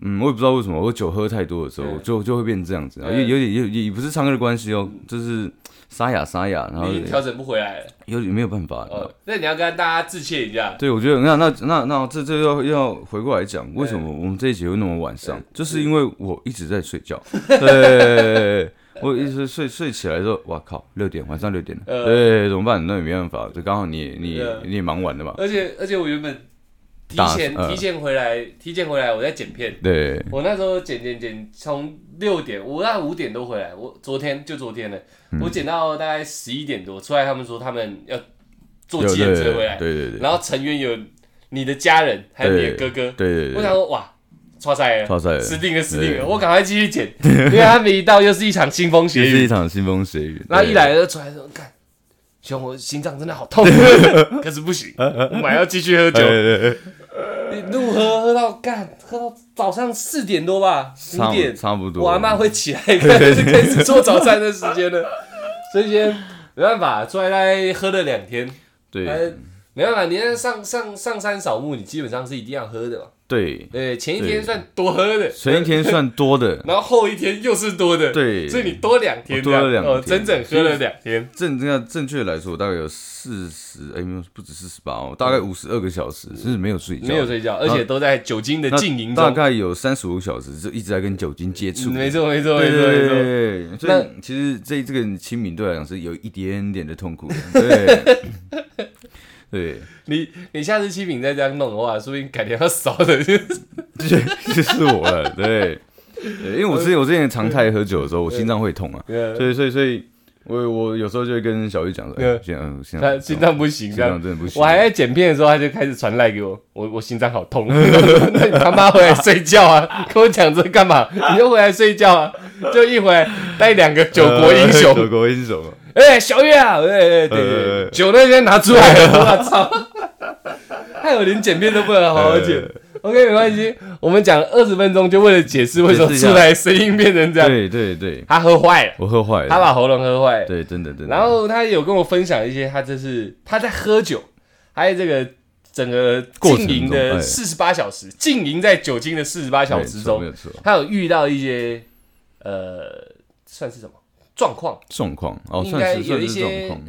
Speaker 2: 嗯，我也不知道为什么，我酒喝太多的时候，
Speaker 1: 嗯
Speaker 2: 我就就会变成这样子，然后
Speaker 1: 嗯
Speaker 2: 也有点也也也不是唱歌的关系哦，就是沙哑沙哑，然后
Speaker 1: 你已经调整不回来了，
Speaker 2: 有点没有办法。
Speaker 1: 哦，那你要跟大家致歉一下，
Speaker 2: 对，我觉得那那那那这这要要回过来讲，为什么我们这一集会那么晚上？就是因为我一直在睡觉， [laughs] 对，我一直睡 [laughs] 睡起来之后，哇靠，六点晚上六点了，
Speaker 1: 呃
Speaker 2: 对，怎么办？那也没办法，就刚好你也你也
Speaker 1: 呃
Speaker 2: 你也忙完了嘛，
Speaker 1: 而且而且我原本提
Speaker 2: 打
Speaker 1: 前
Speaker 2: 呃
Speaker 1: 提前回来，提前回来我在剪片，
Speaker 2: 对，
Speaker 1: 我那时候剪剪剪，从六点，我那五点都回来。我昨天就昨天了，
Speaker 2: 嗯
Speaker 1: 我剪到大概十一点多出来，他们说他们要坐
Speaker 2: 有
Speaker 1: 计程车回来，
Speaker 2: 对对对对
Speaker 1: 然后成员有你的家人，还有你的
Speaker 2: 对
Speaker 1: 哥哥。
Speaker 2: 对对
Speaker 1: 我想
Speaker 2: 对，
Speaker 1: 说哇，抓塞了，
Speaker 2: 超帅的，
Speaker 1: 死定了，死定
Speaker 2: 对
Speaker 1: 了！我赶快继续剪，因
Speaker 2: [laughs]
Speaker 1: 为他们一到又是一场腥风
Speaker 2: 这
Speaker 1: 血
Speaker 2: 是一
Speaker 1: 雨，
Speaker 2: 场腥风血雨，
Speaker 1: 然后一
Speaker 2: 对
Speaker 1: 来就出来说，看，熊，我心脏真的好
Speaker 2: [laughs]
Speaker 1: 痛，可是不行，我们还要继续喝酒
Speaker 2: 对。对对，
Speaker 1: 路喝喝到干，喝到早上四点多吧，
Speaker 2: 差
Speaker 1: 五
Speaker 2: 不
Speaker 1: 点，
Speaker 2: 差不多，
Speaker 1: 我阿妈会起来，开
Speaker 2: [laughs]
Speaker 1: 始开始做早餐的时间了。所以今天没办法，出来大概喝了两天，
Speaker 2: 对
Speaker 1: 呃，没办法，你那上上上山扫墓，你基本上是一定要喝的嘛。 [laughs]
Speaker 2: 对，
Speaker 1: 对，前一天
Speaker 2: 对
Speaker 1: 算多喝的，
Speaker 2: 前一天算多的
Speaker 1: 呃，，然后后一天又是多的，
Speaker 2: 对
Speaker 1: 所以你多两天这
Speaker 2: 我多
Speaker 1: 样，
Speaker 2: 了两
Speaker 1: 哦，
Speaker 2: 天
Speaker 1: 整整喝了两天。
Speaker 2: 正这样正确来说，我大概有四十，哎，没有，不止四十八哦，大概五十二个小时，甚至没有睡觉，
Speaker 1: 嗯没有睡觉，而且都在酒精的
Speaker 2: 啊那
Speaker 1: 浸淫
Speaker 2: 大
Speaker 1: 中。
Speaker 2: 概有三十五小时就一直在跟酒精接触。
Speaker 1: 嗯没错，没错，没
Speaker 2: 对
Speaker 1: 错，没错。
Speaker 2: 对对，所以其实这这个清明对我来讲是有一点点的
Speaker 1: [laughs]
Speaker 2: 痛苦的，对对，
Speaker 1: 你你下次七品再这样弄的话，说不定改天要烧的。 [laughs]
Speaker 2: 这就是我了，对，对因为我之前我之前常态喝酒的时候，我心脏会痛啊，所以所以所以，我我有时候就会跟小玉讲说，哎
Speaker 1: 对
Speaker 2: 现在嗯
Speaker 1: [laughs]
Speaker 2: 现
Speaker 1: 他
Speaker 2: 在
Speaker 1: 心脏不行，
Speaker 2: 心
Speaker 1: 这样
Speaker 2: 脏真的不行，
Speaker 1: 我还在剪片的时候，他就开始传赖给我， [laughs] 我我心脏好痛， [laughs] 那你他妈回来睡觉
Speaker 2: [laughs]
Speaker 1: 啊！跟我讲这干嘛？你就回来睡觉啊！就一回来带两个九国英
Speaker 2: [laughs] 呃九
Speaker 1: 雄，
Speaker 2: 国英雄，
Speaker 1: [laughs] 哎、小月啊，哎哎对对
Speaker 2: 呃
Speaker 1: 对，酒那天拿出来
Speaker 2: [laughs]
Speaker 1: 了，我操！还有连剪片都不能好好剪
Speaker 2: 呃。
Speaker 1: OK，没关系，我们讲二十分钟就为了解释为什么
Speaker 2: 解释一下
Speaker 1: 出来声音变成这样。
Speaker 2: 对对对，
Speaker 1: 他喝坏了，
Speaker 2: 我喝坏
Speaker 1: 他
Speaker 2: 了，
Speaker 1: 把喉咙喝坏了。
Speaker 2: 对，真的真的，
Speaker 1: 然后他有跟我分享一些他这是他在喝酒，还有这个整个
Speaker 2: 过
Speaker 1: 经
Speaker 2: 程
Speaker 1: 营
Speaker 2: 中
Speaker 1: 的
Speaker 2: 哎
Speaker 1: 四十八小时，经营在酒精的四十八小时
Speaker 2: 对没
Speaker 1: 中，
Speaker 2: 有错，
Speaker 1: 他有遇到一些呃，算是什么状况
Speaker 2: 状况哦，
Speaker 1: 应
Speaker 2: 算
Speaker 1: 该
Speaker 2: 是
Speaker 1: 有
Speaker 2: 算
Speaker 1: 一
Speaker 2: 是
Speaker 1: 些
Speaker 2: 状况。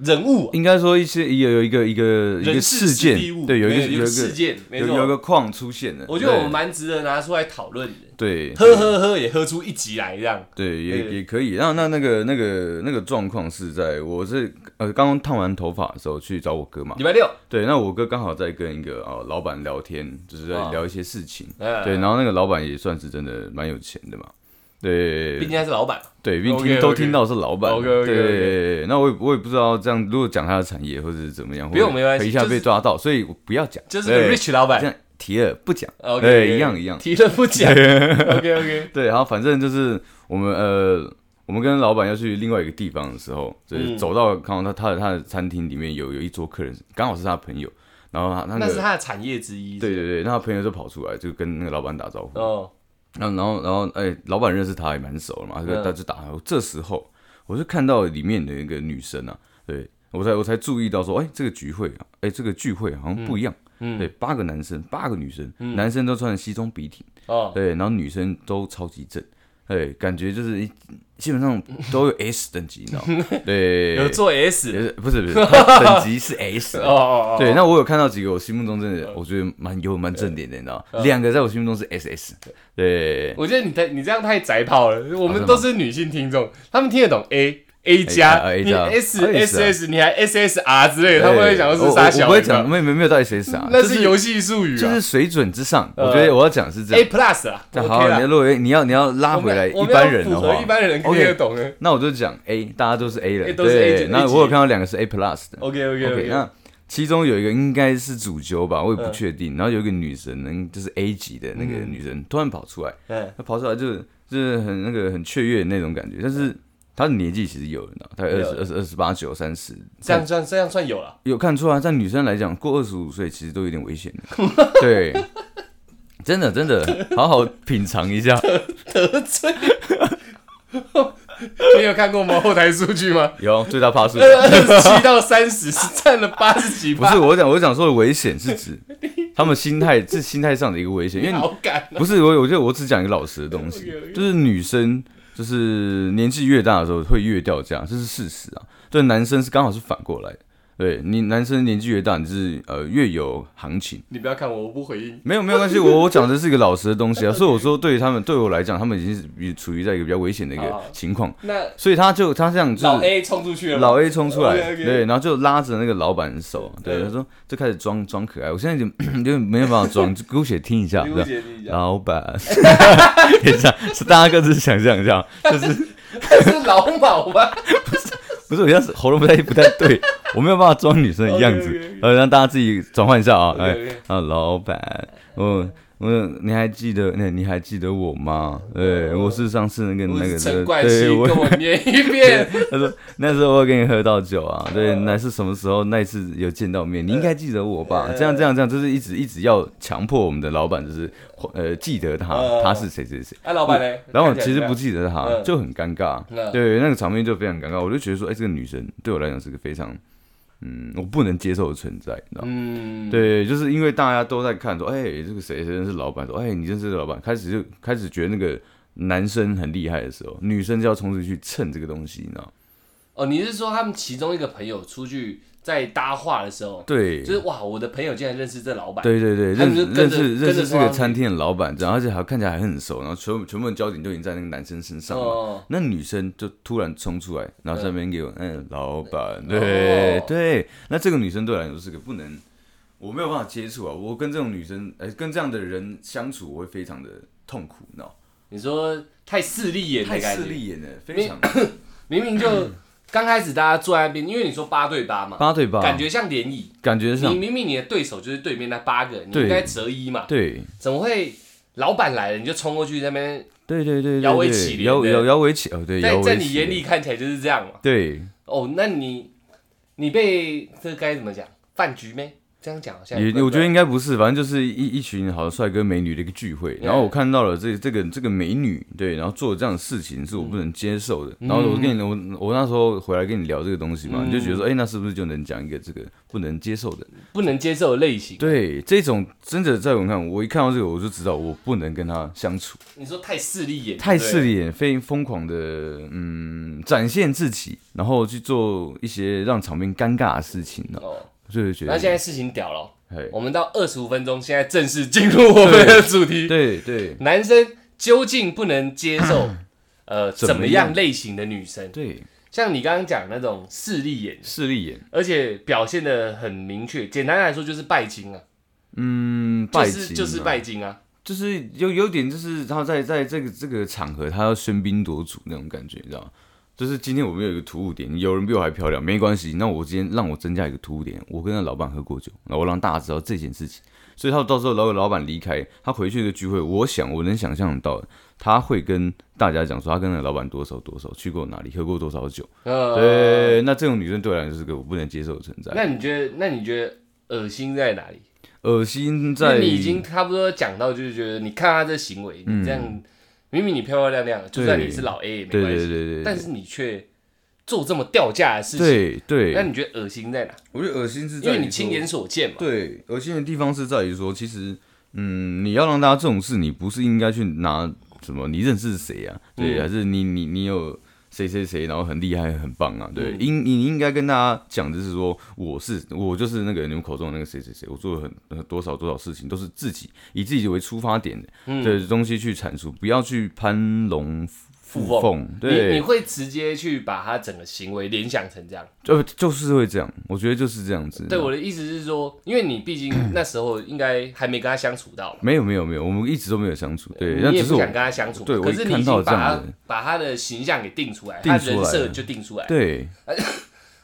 Speaker 1: 人物啊、
Speaker 2: 应该说一些有有一个一个一个
Speaker 1: 人
Speaker 2: 事
Speaker 1: 件
Speaker 2: 件，对，有一个
Speaker 1: 有
Speaker 2: 一
Speaker 1: 个
Speaker 2: 个
Speaker 1: 事件，没
Speaker 2: 有有一
Speaker 1: 错。
Speaker 2: 个框出现了。
Speaker 1: 我觉得我们蛮值得拿出来讨论的，
Speaker 2: 对啊
Speaker 1: 呵呵呵也喝出一集来这样。
Speaker 2: 对
Speaker 1: 对
Speaker 2: 也也可以。然后那那个那个那个状况是在我是呃刚刚烫完头发的时候去找我哥嘛，
Speaker 1: 礼拜六，
Speaker 2: 对，那我哥刚好在跟一个哦老板聊天，就是在
Speaker 1: 啊
Speaker 2: 聊一些事情。
Speaker 1: 呃，
Speaker 2: 对，然后那个老板也算是真的蛮有钱的嘛。对，
Speaker 1: 毕竟他是老板嘛，
Speaker 2: 对，并
Speaker 1: OK，OK
Speaker 2: 听都听到是老板。
Speaker 1: OK，OK，OK
Speaker 2: 对，那我也我也不知道这样，如果讲他的产业或者是怎么样，
Speaker 1: 不用
Speaker 2: 会
Speaker 1: 没关系
Speaker 2: 会一下
Speaker 1: 就是
Speaker 2: 被抓到，所以我不要讲。
Speaker 1: 就是个
Speaker 2: 对
Speaker 1: rich 老
Speaker 2: 这
Speaker 1: 板。
Speaker 2: 样提了不讲。
Speaker 1: OK，
Speaker 2: 对，一样一样。
Speaker 1: 提了不
Speaker 2: [laughs]
Speaker 1: 讲。OK OK，
Speaker 2: 对，然后反正就是我们呃，我们跟老板要去另外一个地方的时候，就是
Speaker 1: 嗯
Speaker 2: 走到刚好他他的他的餐厅里面有有一桌客人，刚好是他朋友，然后他那
Speaker 1: 那是
Speaker 2: 个。
Speaker 1: 他的产业之一。
Speaker 2: 对对对，那他朋友就跑出来，就跟那个老板打招呼。
Speaker 1: 哦，
Speaker 2: 然后然后然后，哎、老板认识他也蛮熟的嘛，
Speaker 1: 嗯
Speaker 2: 就他就打他。这时候我就看到里面的一个女生啊，对我才我才注意到说，哎、这个聚会啊，哎、这个聚会好像不一样。
Speaker 1: 嗯
Speaker 2: 对，八个男生，八个女生，男生都穿西装笔挺，
Speaker 1: 哦，
Speaker 2: 对，然后女生都超级正，对，感觉就是一基本上都
Speaker 1: [laughs]
Speaker 2: 有 S 等级，你知道吗？对，
Speaker 1: 有做 S。
Speaker 2: 也是不
Speaker 1: [laughs]
Speaker 2: 是不是，等级是 S 啊
Speaker 1: 哦嗯哦哦，
Speaker 2: 对，那我有看到几个我心目中真的，我觉得蛮有蛮正点的，你知道
Speaker 1: 嗯
Speaker 2: 吗？两个在我心目中是 SS，对，
Speaker 1: 我觉得你太你这样太宅炮了。我
Speaker 2: 啊是
Speaker 1: 们
Speaker 2: 吗
Speaker 1: 都是女性听众，她们听得懂 A A 加，
Speaker 2: 啊，A
Speaker 1: 你
Speaker 2: 加
Speaker 1: S
Speaker 2: 啊
Speaker 1: S S，你还 S S R 之类的，
Speaker 2: 对
Speaker 1: [laughs] 他们会想说是啥小
Speaker 2: 哎我我我不会
Speaker 1: 你知道
Speaker 2: 讲，没有没有没有到 SS 啊，
Speaker 1: 那
Speaker 2: 就是
Speaker 1: 游戏术语
Speaker 2: 就
Speaker 1: 啊
Speaker 2: 是水准之上，
Speaker 1: 呃
Speaker 2: 我觉得我要讲是这
Speaker 1: ，A
Speaker 2: 样。
Speaker 1: plus 啊
Speaker 2: 这好，
Speaker 1: ，OK
Speaker 2: 你
Speaker 1: 啦。
Speaker 2: 如果你要你要拉
Speaker 1: 我
Speaker 2: 回来
Speaker 1: 们我
Speaker 2: 一
Speaker 1: 们要
Speaker 2: 般人的
Speaker 1: 符合
Speaker 2: 话，
Speaker 1: 一般人听
Speaker 2: OK
Speaker 1: 得懂的。
Speaker 2: 那我就讲 A，大家都是 A 了，
Speaker 1: 哎都是 A 级
Speaker 2: 对。那
Speaker 1: A 级
Speaker 2: 我有看到两个是 A plus 的
Speaker 1: OK OK
Speaker 2: ，OK，
Speaker 1: OK，
Speaker 2: 那其中有一个应该是主角吧，我也不
Speaker 1: 嗯
Speaker 2: 确定。然后有一个女神，嗯就是 A 级的那个女生，突然跑出来，
Speaker 1: 嗯，
Speaker 2: 她跑出来就是就是很那个很雀跃的那种感觉，但是她的年纪其实有人啊，大概二
Speaker 1: 有
Speaker 2: 十二十二十八九三十，
Speaker 1: 这样算这样算有了。
Speaker 2: 有看出啊来，在女生来讲，过二十五岁其实都有点危险的。对，真的真的，好好品尝一下。
Speaker 1: 你有看过我们后台数据
Speaker 2: [laughs]
Speaker 1: 吗？
Speaker 2: 有最大
Speaker 1: [laughs]
Speaker 2: 趴数，
Speaker 1: 二十七到三十是占了八十几
Speaker 2: 不
Speaker 1: 趴，
Speaker 2: 是我讲我讲说的危险是指他们心态是心态上的一个危险，因为你
Speaker 1: 好感
Speaker 2: 不是我，我觉得我只讲一个老实的东西
Speaker 1: OK，OK，
Speaker 2: 就是女生就是年纪越大的时候会越掉价，这是事实啊。对，男生是刚好是反过来的。对你男生年纪越大，你是呃越有行情。
Speaker 1: 你不要看我，我不回应。
Speaker 2: 没有没有关系，我 [laughs] 我讲的是一个老实的东
Speaker 1: [laughs]
Speaker 2: 西啊，所以我说对于他们对我来讲，他们已经是比处于在一个比较危险的一
Speaker 1: 好
Speaker 2: 个情况，
Speaker 1: 那
Speaker 2: 所以他就他这样就
Speaker 1: 啊老
Speaker 2: 是
Speaker 1: A 冲出去了吗，
Speaker 2: 老 A 冲出来，
Speaker 1: OK，OK
Speaker 2: 对，然后就拉着那个老板的手，对，
Speaker 1: 对
Speaker 2: 他说就开始装装可爱，我 [coughs] 现在就有点没有办法
Speaker 1: [laughs]
Speaker 2: 装，就姑且听一下，
Speaker 1: 你
Speaker 2: 这
Speaker 1: 不
Speaker 2: 样
Speaker 1: 解释一 [laughs] 下，
Speaker 2: 老板， [laughs] 等一下是大家各自想象一下，
Speaker 1: 是老鸨吗？
Speaker 2: 不是，我现在喉咙不太不太对，我没有办法装女生的样
Speaker 1: [laughs] 哦
Speaker 2: 子
Speaker 1: OK，OK，OK，
Speaker 2: 呃，让大家自己转换一下啊， [laughs] 哎
Speaker 1: OK，OK，
Speaker 2: 啊，老板，我我你还记得那你还记得我吗？对，我是上次那个
Speaker 1: 我
Speaker 2: 那
Speaker 1: 是
Speaker 2: 个
Speaker 1: 陈
Speaker 2: 的，
Speaker 1: 冠希，
Speaker 2: 对我
Speaker 1: 跟
Speaker 2: [laughs]
Speaker 1: 我念一遍。
Speaker 2: 他说那时候我跟你喝到酒啊，对，那是什么时候？那一次有见到面，你应该记得我
Speaker 1: 呃
Speaker 2: 吧？这样这样这样，就是一直一直要强迫我们的老板，就是呃记得他
Speaker 1: 呃
Speaker 2: 他是谁谁谁。
Speaker 1: 啊，老板嘞？
Speaker 2: 然嗯后我
Speaker 1: 看起
Speaker 2: 其
Speaker 1: 来
Speaker 2: 实
Speaker 1: 怎么样
Speaker 2: 不记得他，
Speaker 1: 嗯
Speaker 2: 就很尴尬
Speaker 1: 嗯，
Speaker 2: 对，那个场面就非常尴尬。我就觉得说，哎，这个女生对我来讲是个非常，嗯，我不能接受的存在，你知道吗？
Speaker 1: 嗯，
Speaker 2: 对，就是因为大家都在看说，哎、这个谁谁认识老板，说，哎、你认识老板，开始就开始觉得那个男生很厉害的时候，女生就要冲出去蹭这个东西，你知道吗？
Speaker 1: 哦，你是说他们其中一个朋友出去在搭话的时候，
Speaker 2: 对，
Speaker 1: 就是哇，我的朋友竟然认识这老板，
Speaker 2: 对对对，
Speaker 1: 他
Speaker 2: 认
Speaker 1: 们就
Speaker 2: 识
Speaker 1: 跟
Speaker 2: 认
Speaker 1: 着
Speaker 2: 识
Speaker 1: 跟
Speaker 2: 认
Speaker 1: 着
Speaker 2: 识这个
Speaker 1: 冲上
Speaker 2: 餐厅的老板，这样，而且还看起来还很熟，然后全部全部的焦点就已经在那个男生身上了。
Speaker 1: 哦，
Speaker 2: 那女生就突然冲出来，然后在那边给我，嗯，老板，对、
Speaker 1: 哦
Speaker 2: 对，那这个女生对我来说是个不能，我没有办法接触啊，我跟这种女生，哎、跟这样的人相处，我会非常的痛苦，你知道吗？
Speaker 1: 你说太势利眼的
Speaker 2: 太
Speaker 1: 感
Speaker 2: 势
Speaker 1: 觉，
Speaker 2: 利眼了，非常
Speaker 1: 明明
Speaker 2: [clears throat]
Speaker 1: 就刚开始大家坐在那边，因为你说八对八嘛，
Speaker 2: 八对八，
Speaker 1: 感觉像联谊，
Speaker 2: 感觉
Speaker 1: 你
Speaker 2: 上
Speaker 1: 明明你的对手就是对面那八个，你
Speaker 2: 对
Speaker 1: 应该择一嘛，
Speaker 2: 对
Speaker 1: 怎么会老板来了你就冲过去那边，
Speaker 2: 对对对，
Speaker 1: 摇尾
Speaker 2: 对
Speaker 1: 乞怜
Speaker 2: 摇
Speaker 1: 的
Speaker 2: 摇摇尾乞哦，对，摇
Speaker 1: 在
Speaker 2: 尾
Speaker 1: 在你
Speaker 2: 乞
Speaker 1: 眼
Speaker 2: 怜
Speaker 1: 里看起来就是这样嘛？
Speaker 2: 对
Speaker 1: 哦，那你你被这该怎么讲饭局咩？这这样讲好像也
Speaker 2: 也
Speaker 1: 不
Speaker 2: 我觉得
Speaker 1: 对
Speaker 2: 应该不是，反正就是一一群好的帅哥美女的一个聚会。然后
Speaker 1: 嗯
Speaker 2: 我看到了这这个这个美女，对，然后做这样的事情是我不能接受的。然后我跟你
Speaker 1: 嗯
Speaker 2: 我我那时候回来跟你聊这个东西嘛，你就觉得说，哎、那是不是就能讲一个这个不能接受的？
Speaker 1: 不能接受的类型。
Speaker 2: 对，这种真的在我看，我一看到这个我就知道我不能跟他相处，
Speaker 1: 你说太势利眼，
Speaker 2: 太
Speaker 1: 对
Speaker 2: 势利眼，非疯狂的嗯展现自己，然后去做一些让场面尴尬的事情呢、
Speaker 1: 哦。
Speaker 2: 就会觉
Speaker 1: 那
Speaker 2: 得哎
Speaker 1: 现在事情屌了，
Speaker 2: 嘿，
Speaker 1: 我们到二十五分钟，现在正式进入我们的主题。
Speaker 2: 对对
Speaker 1: 男生究竟不能接 [clears throat] 受呃
Speaker 2: 怎
Speaker 1: 怎
Speaker 2: 么
Speaker 1: 么
Speaker 2: 样
Speaker 1: 样类型的女生？
Speaker 2: 对，
Speaker 1: 像你刚刚讲那种势利眼，
Speaker 2: 势利眼。
Speaker 1: 而且表现的很明确。简单来说就是拜金啊，
Speaker 2: 嗯，
Speaker 1: 就
Speaker 2: 拜金、
Speaker 1: 是就是，拜金啊。
Speaker 2: 就是有有点就是他在在这个这个场合，他要喧宾夺主那种感觉，你知道吗？就是今天我们有一个突兀点，有人比我还漂亮，没关系。那我今天让我增加一个突兀点，我跟那老板喝过酒，然后我让大家知道这件事情，所以他到时候老老板离开，他回去的聚会，我想我能想象得到，他会跟大家讲说他跟那老板多少多少去过哪里，喝过多少酒。
Speaker 1: 呃，
Speaker 2: 对，那这种女生对我来讲就是个我不能接受的存在，
Speaker 1: 那你觉得那你觉得恶心在哪里？
Speaker 2: 恶心
Speaker 1: 就
Speaker 2: 在
Speaker 1: 是你已经差不多讲到，就是觉得你看他这行为，你这样明明你漂漂亮亮，就算你是老 A 也没
Speaker 2: 嗯对
Speaker 1: 关
Speaker 2: 对对
Speaker 1: 系，
Speaker 2: 对对，
Speaker 1: 但是你却做这么掉价的事情，
Speaker 2: 对对，
Speaker 1: 那你觉得恶心在哪？
Speaker 2: 我觉得恶心是
Speaker 1: 因
Speaker 2: 在
Speaker 1: 为你
Speaker 2: 于
Speaker 1: 亲
Speaker 2: 说
Speaker 1: 眼所见嘛。
Speaker 2: 对恶心的地方是在于说，其实嗯，你要让大家重视你，不是应该去拿什么你认识谁啊？对，
Speaker 1: 嗯
Speaker 2: 还是你你你有谁谁谁，然后很厉害很棒啊？对，
Speaker 1: 嗯
Speaker 2: 应你应该跟大家讲，就是说我是我就是那个你们口中的那个谁谁谁，我做了很很多少多少事情，都是自己以自己为出发点的、
Speaker 1: 嗯
Speaker 2: 的东西去阐述，不要去攀龙附
Speaker 1: 凤
Speaker 2: 凤。
Speaker 1: 你你
Speaker 2: 对，
Speaker 1: 会直接去把他整个行为联想成这样。
Speaker 2: 就就是会这样，我觉得就是这样子。
Speaker 1: 对我的意思是说，因为你毕竟那时候应该还没跟他相处到嘛，
Speaker 2: 没有没有没有，我们一直都没有相处。对，那
Speaker 1: 你也
Speaker 2: 只是
Speaker 1: 不
Speaker 2: 我
Speaker 1: 想跟他相处嘛，
Speaker 2: 对我
Speaker 1: 可
Speaker 2: 一
Speaker 1: 是你
Speaker 2: 看
Speaker 1: 已
Speaker 2: 到
Speaker 1: 经
Speaker 2: 这
Speaker 1: 把
Speaker 2: 样
Speaker 1: 他
Speaker 2: 的，
Speaker 1: 把他的形象给定出来，
Speaker 2: 定
Speaker 1: 他
Speaker 2: 出
Speaker 1: 人
Speaker 2: 来
Speaker 1: 设
Speaker 2: 了
Speaker 1: 就定出来，
Speaker 2: 对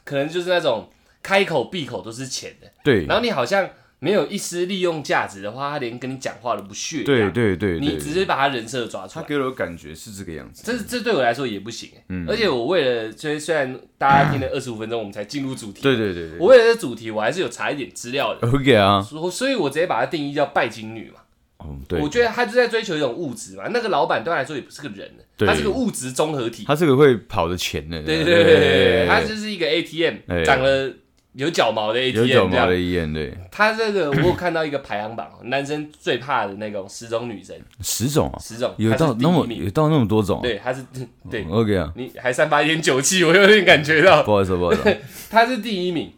Speaker 1: 可能就是那种开口闭口都是钱的，
Speaker 2: 对
Speaker 1: 然后你好像没有一丝利用价值的话，他连跟你讲话都不屑一样，
Speaker 2: 对对对
Speaker 1: 啊你只
Speaker 2: 对，
Speaker 1: 是把他人设抓出
Speaker 2: 他
Speaker 1: 来，
Speaker 2: 给嗯我的感觉是这个样子。
Speaker 1: 这这对我来说也不行欸、而且我为了，虽虽然大家听了二十五分钟，我们才进入主题，
Speaker 2: 对对对对
Speaker 1: 我为了这主题，我还是有查一点资料的。
Speaker 2: ，OK 啊，
Speaker 1: 所所以，我直接把它定义叫拜金女嘛。
Speaker 2: 哦对
Speaker 1: 我，觉得她就在追求一种物质嘛。那个老板对她来说也不是个人，
Speaker 2: 对
Speaker 1: 他是个物质综合体。
Speaker 2: 他这个会跑的钱的，
Speaker 1: 对对对对对，他就是一个
Speaker 2: 哎
Speaker 1: ATM，长了有脚毛的
Speaker 2: 有脚
Speaker 1: ATM 这
Speaker 2: 毛的
Speaker 1: 样。
Speaker 2: 一眼，对，
Speaker 1: 他这个我有看到一个排行榜， [coughs] 男生最怕的那种十种女生，
Speaker 2: 十种啊，
Speaker 1: 十种
Speaker 2: 有
Speaker 1: 她
Speaker 2: 到
Speaker 1: 是第
Speaker 2: 那
Speaker 1: 一
Speaker 2: 么
Speaker 1: 名，
Speaker 2: 有到那么多种啊
Speaker 1: 对，他是对，
Speaker 2: ，OK 啊，
Speaker 1: 你还散发一点酒气， [laughs] 我有点感觉到
Speaker 2: 不好意思不好意
Speaker 1: [laughs]
Speaker 2: 思，
Speaker 1: 他是第一名，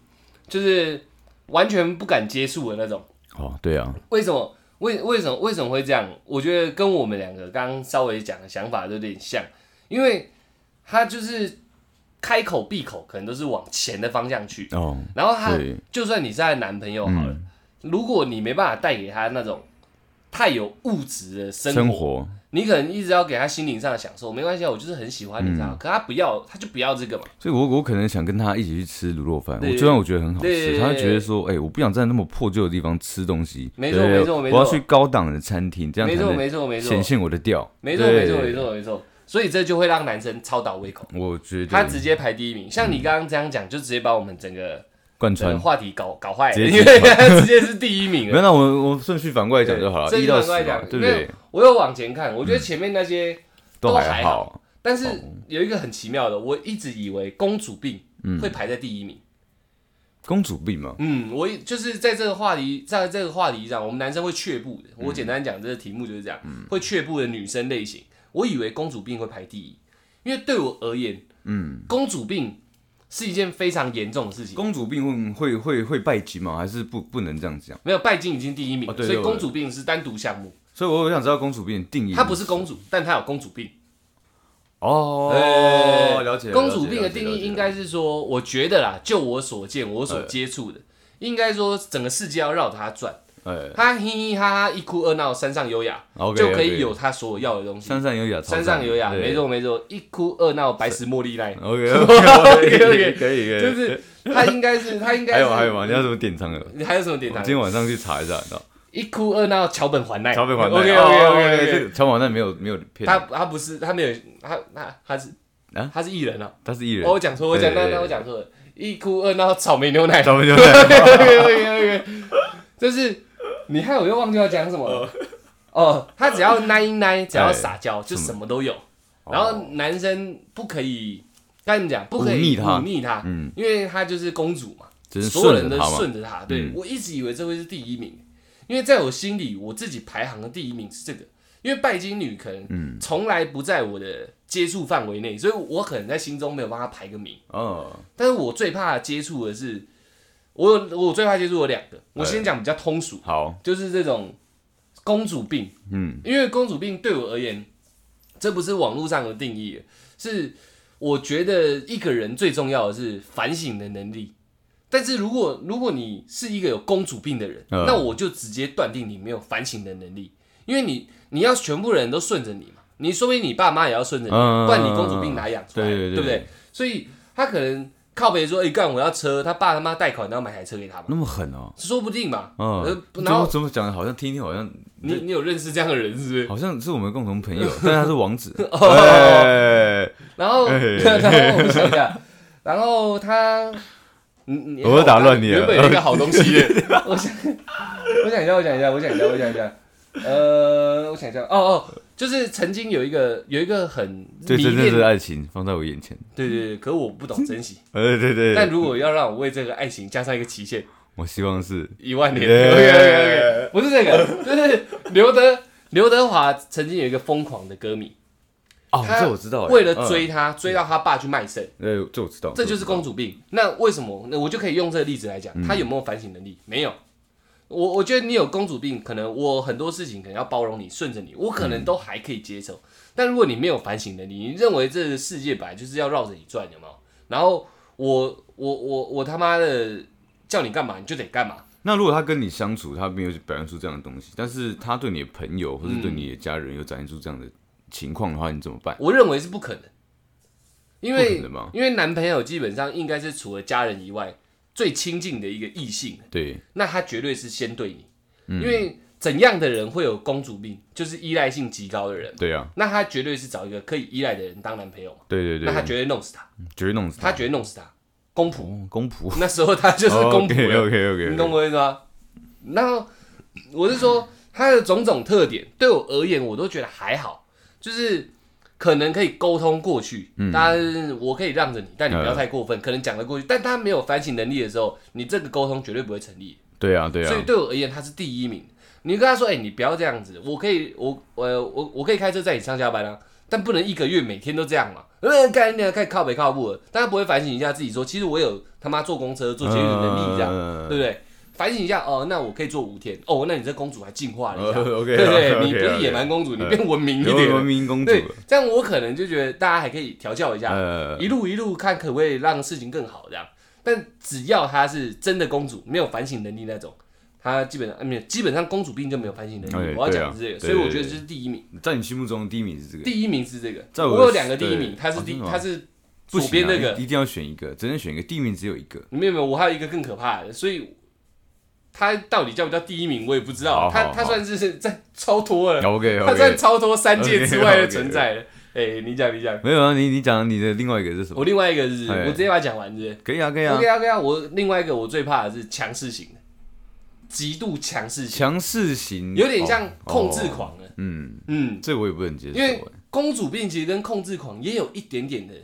Speaker 1: 就是完全不敢接触的那种。
Speaker 2: 哦对啊，
Speaker 1: 为什么？为为什么为什么会这样？我觉得跟我们两个刚刚稍微讲的想法有点像，因为他就是开口闭口可能都是往钱的方向去，
Speaker 2: 哦
Speaker 1: 然后他
Speaker 2: 对嗯
Speaker 1: 就算你是他的男朋友好了，如果你没办法带给他那种太有物质的生活，
Speaker 2: 生活
Speaker 1: 你可能一直要给他心灵上的享受，没关系，啊，我就是很喜欢你这
Speaker 2: 嗯
Speaker 1: 样，可他不要，他就不要这个嘛，
Speaker 2: 所以我我可能想跟他一起去吃卤肉饭，我
Speaker 1: 对
Speaker 2: 就算我觉得很好
Speaker 1: 对
Speaker 2: 吃，
Speaker 1: 对
Speaker 2: 他会觉得说，哎，我不想在那么破旧的地方吃东西，
Speaker 1: 没错
Speaker 2: 对
Speaker 1: 没错没错
Speaker 2: 我要去高档的餐厅，这样才
Speaker 1: 没错
Speaker 2: 能
Speaker 1: 没错没错
Speaker 2: 显现我的调，
Speaker 1: 没错
Speaker 2: 对
Speaker 1: 没错没，错没错，所以这就会让男生超倒胃口。
Speaker 2: 我觉得
Speaker 1: 他直接排第一
Speaker 2: 嗯
Speaker 1: 名。像你刚刚这样讲，就直接把我们整个
Speaker 2: 贯
Speaker 1: 整个
Speaker 2: 穿。
Speaker 1: 话题搞搞坏了，
Speaker 2: 直
Speaker 1: 因
Speaker 2: 接
Speaker 1: 为他 [laughs] 直接是第一名
Speaker 2: 没有，
Speaker 1: 了。
Speaker 2: 那我我顺序反过来讲就好了，
Speaker 1: 对
Speaker 2: 一到十
Speaker 1: 顺序
Speaker 2: 嘛
Speaker 1: 反过来，讲
Speaker 2: 对不
Speaker 1: 没
Speaker 2: 对嗯
Speaker 1: 有？我又往前看，我觉得前面那些，
Speaker 2: 都
Speaker 1: 都
Speaker 2: 还
Speaker 1: 还
Speaker 2: 好
Speaker 1: 好，但是有一个很奇妙的，我一直以为公主病
Speaker 2: 嗯
Speaker 1: 会排在第一名。
Speaker 2: 公主病嘛，
Speaker 1: 嗯，我一就是在这个话题，在这个话题上，我们男生会却步的。我简单讲，这个题目就是这样，
Speaker 2: 嗯
Speaker 1: 会却步的女生类型，我以为公主病会排第一，因为对我而言，嗯，公主病是一件非常严重的事情。
Speaker 2: 公主病会会会会拜金吗？还是不不能这样讲？
Speaker 1: 没有拜金已经第一名了，
Speaker 2: 哦对
Speaker 1: 所以
Speaker 2: 对
Speaker 1: 公主病是单独项目。
Speaker 2: 所以我想知道公主病的定义。
Speaker 1: 她不是公主，但她有公主病。
Speaker 2: 哦，了解。
Speaker 1: 哎公
Speaker 2: 了
Speaker 1: 主
Speaker 2: 解
Speaker 1: 病的定义应该是说，我觉得啦，就我所见，我所接触的，应该说整个世界要绕着她转，
Speaker 2: 哎
Speaker 1: 她嘻嘻哈哈，一哭二闹，山上优雅，
Speaker 2: ，OK，
Speaker 1: 就可以有她所有要的东西。
Speaker 2: 山上有雅，
Speaker 1: 山上优雅，没
Speaker 2: 错。
Speaker 1: 错没错，一哭二闹，白石茉莉奈，[laughs]
Speaker 2: OK OK OK，可以可
Speaker 1: 就
Speaker 2: 以。
Speaker 1: 是她应该是她应该
Speaker 2: 还
Speaker 1: 是
Speaker 2: 有还有吗？你要怎么点唱的？
Speaker 1: 你还有什么点
Speaker 2: 我
Speaker 1: 赞
Speaker 2: 今？天晚上去查一下，你知道？
Speaker 1: 一哭二闹，桥本环奈，
Speaker 2: 桥本环奈。
Speaker 1: OK OK OK
Speaker 2: 哦
Speaker 1: OK，
Speaker 2: 这个桥本环奈没有没有骗
Speaker 1: 哎他
Speaker 2: 人，
Speaker 1: 他不是他没有他他他是
Speaker 2: 啊
Speaker 1: 他是艺人啊！
Speaker 2: 他是艺人
Speaker 1: 哦，。我讲错，我讲
Speaker 2: 对
Speaker 1: 那
Speaker 2: 对
Speaker 1: 那我
Speaker 2: 对
Speaker 1: 讲错了，一哭二闹草莓牛奶，
Speaker 2: 咱们就
Speaker 1: [laughs]
Speaker 2: 在
Speaker 1: 就是你害我又忘记要讲什么了。哦，他只要奶一奶，只要撒娇，就什么都有。然后男生不可以该怎么讲？不可以
Speaker 2: 忤逆她
Speaker 1: 忤逆他，
Speaker 2: 嗯
Speaker 1: 因为她就是公主嘛，
Speaker 2: 只是
Speaker 1: 所有人
Speaker 2: 顺
Speaker 1: 都
Speaker 2: 着他嘛。
Speaker 1: 顺着她。对
Speaker 2: 嗯
Speaker 1: 我一直以为这会是第一名，因为在我心里，我自己排行的第一名是这个。因为拜金女可能
Speaker 2: 嗯
Speaker 1: 从来不在我的接触范围内，所以我可能在心中没有帮她排个名。
Speaker 2: 哦，
Speaker 1: 但是我最怕接触的是，我有我最怕接触有两个，我先讲比较通俗，
Speaker 2: 好，
Speaker 1: 就是这种公主病，
Speaker 2: 嗯，
Speaker 1: 因为公主病对我而言，这不是网络上的定义，是我觉得一个人最重要的是反省的能力。但是如果如果你是一个有公主病的人，
Speaker 2: 嗯
Speaker 1: 那我就直接断定你没有反省的能力，因为你你要全部人都顺着你嘛，你说明你爸妈也要顺着你，
Speaker 2: 嗯
Speaker 1: 不然你公主病哪养出来？
Speaker 2: 对
Speaker 1: 对
Speaker 2: 对对
Speaker 1: 不对？所以他可能靠北说：“哎、干我要车。”他爸他妈贷款，然后买台车给他嘛，
Speaker 2: 那么狠哦，
Speaker 1: 说不定嘛。
Speaker 2: 嗯
Speaker 1: 呃，
Speaker 2: 怎
Speaker 1: 然后
Speaker 2: 么怎么讲的，好像听一听好像
Speaker 1: 你你有认识这样的人是不是？
Speaker 2: 好像是我们共同朋
Speaker 1: [laughs]
Speaker 2: 友，但他是王子。
Speaker 1: 哦
Speaker 2: 哎
Speaker 1: 然后，
Speaker 2: 哎
Speaker 1: [laughs] 然后我们想一下，然后他，你你
Speaker 2: 我又打乱你了
Speaker 1: 原本有一个好东西
Speaker 2: [laughs]
Speaker 1: 耶，我想，我想一下，我想一下，我想一下，我想一下，呃，我想一下，哦哦，就是曾经有一个有一个很迷
Speaker 2: 对，真
Speaker 1: 恋
Speaker 2: 正的，爱情放在我眼前。
Speaker 1: 对对对，可我不懂珍惜。
Speaker 2: 哎，对对 [laughs] 对。
Speaker 1: 但如果要让我为这个爱情加上一个期限，
Speaker 2: 我希望是
Speaker 1: 一万年。
Speaker 2: Yeah
Speaker 1: OK OK OK，不是这个，就是刘德刘德华曾经有一个疯狂的歌迷，
Speaker 2: 哦，
Speaker 1: 他
Speaker 2: 这我知道欸。
Speaker 1: 为了
Speaker 2: 嗯，
Speaker 1: 追他，追到他爸去卖身，
Speaker 2: 呃，这我知道。
Speaker 1: 这就是
Speaker 2: 我知道
Speaker 1: 公主病。那为什么？那我就可以用这个例子来讲，
Speaker 2: 嗯
Speaker 1: 他有没有反省能力？没有。我我觉得你有公主病，可能我很多事情可能要包容你、顺着你，我
Speaker 2: 嗯
Speaker 1: 可能都还可以接受。但如果你没有反省能力，你认为这个世界本来就是要绕着你转，有没有？然后我我我我他妈的叫你干嘛你就得干嘛，
Speaker 2: 那如果他跟你相处，他没有表现出这样的东西，但是他对你的朋友或是对你的家人有展现出这样的情况的话，你怎么办？
Speaker 1: 我认为是不可能，因
Speaker 2: 不
Speaker 1: 为
Speaker 2: 可能吗
Speaker 1: 因为男朋友基本上应该是除了家人以外最亲近的一个异性，
Speaker 2: 对，
Speaker 1: 那他绝对是先对你，因为怎样的人会有公主病，就是依赖性极高的人，
Speaker 2: 对啊，
Speaker 1: 那他绝对是找一个可以依赖的人当男朋友嘛，
Speaker 2: 对对
Speaker 1: 那他
Speaker 2: 对，
Speaker 1: 绝对弄死他，
Speaker 2: 绝对弄死
Speaker 1: 他绝对弄死他，公仆，
Speaker 2: 哦公仆，哦
Speaker 1: 那时候他就是公仆了
Speaker 2: [laughs] OK OK
Speaker 1: 你懂
Speaker 2: OK，
Speaker 1: 我意思吗？然后我是说，他的种种特点对我而言，我都觉得还好，就是可能可以沟通过去，但是我可以让着你，但你不要太过分，可能讲得过去。但他没有反省能力的时候，你这个沟通绝对不会成立。
Speaker 2: 对啊对
Speaker 1: 所以
Speaker 2: 啊，
Speaker 1: 对我而言，他是第一名。你跟他说：“哎、你不要这样子，我可以，我呃，我我可以开车载你上下班啊，但不能一个月每天都这样嘛。”呃，干你娘开始靠北靠步了，但他不会反省一下自己说，其实我有他妈坐公车、坐捷运的能力这样。
Speaker 2: 样
Speaker 1: 对不对？反省一下哦，那我可以做五天哦，那你这公主还进化了一
Speaker 2: [laughs]
Speaker 1: 下，
Speaker 2: 呃，OK，
Speaker 1: 对不对
Speaker 2: OK，
Speaker 1: 你不是
Speaker 2: OK，
Speaker 1: 野蛮公主，你
Speaker 2: 呃
Speaker 1: 变文明一
Speaker 2: 有
Speaker 1: 点
Speaker 2: 文
Speaker 1: 了，
Speaker 2: 明公主
Speaker 1: 对，啊这样我可能就觉得大家还可以调教一下，
Speaker 2: 呃，
Speaker 1: 一路一路看可不可以让事情更好这样。但只要她是真的公主，没有反省能力那种，她基本上啊没有，基本上公主病就没有反省能力
Speaker 2: 哎。
Speaker 1: 我要
Speaker 2: 对
Speaker 1: 讲
Speaker 2: 啊
Speaker 1: 的是这个，所
Speaker 2: 对
Speaker 1: 以我
Speaker 2: 对
Speaker 1: 觉得这
Speaker 2: 对
Speaker 1: 是第一名，
Speaker 2: 在你心目中的第一名是这个，
Speaker 1: 第一名是这个。
Speaker 2: 在我的
Speaker 1: 有两个第一
Speaker 2: 对
Speaker 1: 名，他是
Speaker 2: 哦
Speaker 1: 第
Speaker 2: 真的吗
Speaker 1: 他是
Speaker 2: 不
Speaker 1: 左
Speaker 2: 行啊
Speaker 1: 边那个，
Speaker 2: 一定要选一个，只能选一个，第一名只有一个。
Speaker 1: 没有没有，我还有一个更可怕的，所以他到底叫不叫第一名，我也不知道。
Speaker 2: 好
Speaker 1: 他
Speaker 2: 好
Speaker 1: 他
Speaker 2: 好
Speaker 1: 算是在超脱了，
Speaker 2: OK
Speaker 1: 他算
Speaker 2: OK，
Speaker 1: 超脱三界之外的
Speaker 2: OK，OK，OK
Speaker 1: 存在了。哎、你讲你讲，
Speaker 2: 没有啊，你你讲你的另外一个是什么？
Speaker 1: 我另外一个是，
Speaker 2: 哎
Speaker 1: 我直接把它讲完是不是
Speaker 2: 可以啊可以啊
Speaker 1: OK，OK 啊，我另外一个我最怕的是强势型的，极度强势型，
Speaker 2: 强势型
Speaker 1: 有点像
Speaker 2: 哦
Speaker 1: 控制
Speaker 2: 哦
Speaker 1: 狂的。
Speaker 2: 嗯，
Speaker 1: 嗯，
Speaker 2: 这我也不能接受
Speaker 1: 因为
Speaker 2: 欸。
Speaker 1: 公主病其实跟控制狂也有一点点的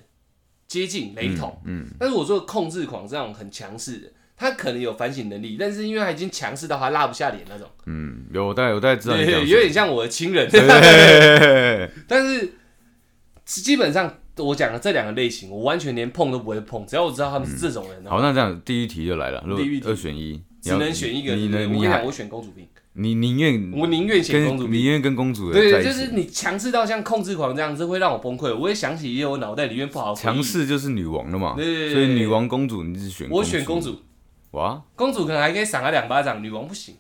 Speaker 1: 接近雷同。
Speaker 2: 嗯，
Speaker 1: 但是我说的控制狂这种很强势的，他可能有反省能力，但是因为他已经强势到他拉不下脸那种，
Speaker 2: 嗯，有，我大概我大概知道你
Speaker 1: 对，
Speaker 2: 讲什
Speaker 1: 有
Speaker 2: 么。
Speaker 1: 点像我的亲人。
Speaker 2: 对
Speaker 1: [laughs] 但是基本上我讲的这两个类型，我完全连碰都不会碰，只要我知道他们是这种人，
Speaker 2: 嗯好，那这样第一题就来了，如果
Speaker 1: 第一题
Speaker 2: 二选一，你
Speaker 1: 只
Speaker 2: 要
Speaker 1: 能选一个。对
Speaker 2: 你
Speaker 1: 不对
Speaker 2: 能
Speaker 1: 我跟
Speaker 2: 你
Speaker 1: 你讲，
Speaker 2: 还
Speaker 1: 我选公主病，
Speaker 2: 你宁愿
Speaker 1: 我宁愿选公主
Speaker 2: 跟
Speaker 1: 病。
Speaker 2: 宁愿跟公主的在
Speaker 1: 对，
Speaker 2: 一起，
Speaker 1: 就是你强势到像控制狂这样，这会让我崩溃。我也想起也有我脑袋里面不好的回忆
Speaker 2: 强，势就是女王了嘛，
Speaker 1: 对对对
Speaker 2: 所以
Speaker 1: 对
Speaker 2: 女王公主你是选
Speaker 1: 我选公，主，
Speaker 2: 哇，
Speaker 1: 公主可能还可以赏她两巴掌，女王不行。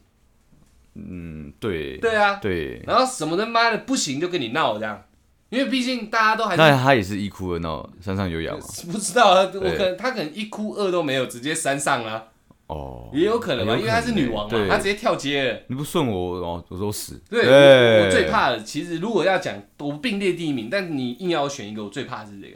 Speaker 2: 嗯，对
Speaker 1: 对啊，
Speaker 2: 对，
Speaker 1: 然后什么他妈的不行就跟你闹这样，因为毕竟大家都还
Speaker 2: 那
Speaker 1: 是
Speaker 2: 她也是一哭二闹三上优雅嘛，
Speaker 1: 不知道啊，我
Speaker 2: 对
Speaker 1: 可能他可能一哭二都没有，直接山上啊，
Speaker 2: 哦，
Speaker 1: 也有可能啊嘛，因为她是女王嘛，
Speaker 2: 对
Speaker 1: 她直接跳街了。
Speaker 2: 你不顺我，哦，我都死，
Speaker 1: 对，我我最怕的，其实如果要讲我并列第一名，但你硬要我选一个，我最怕的是这个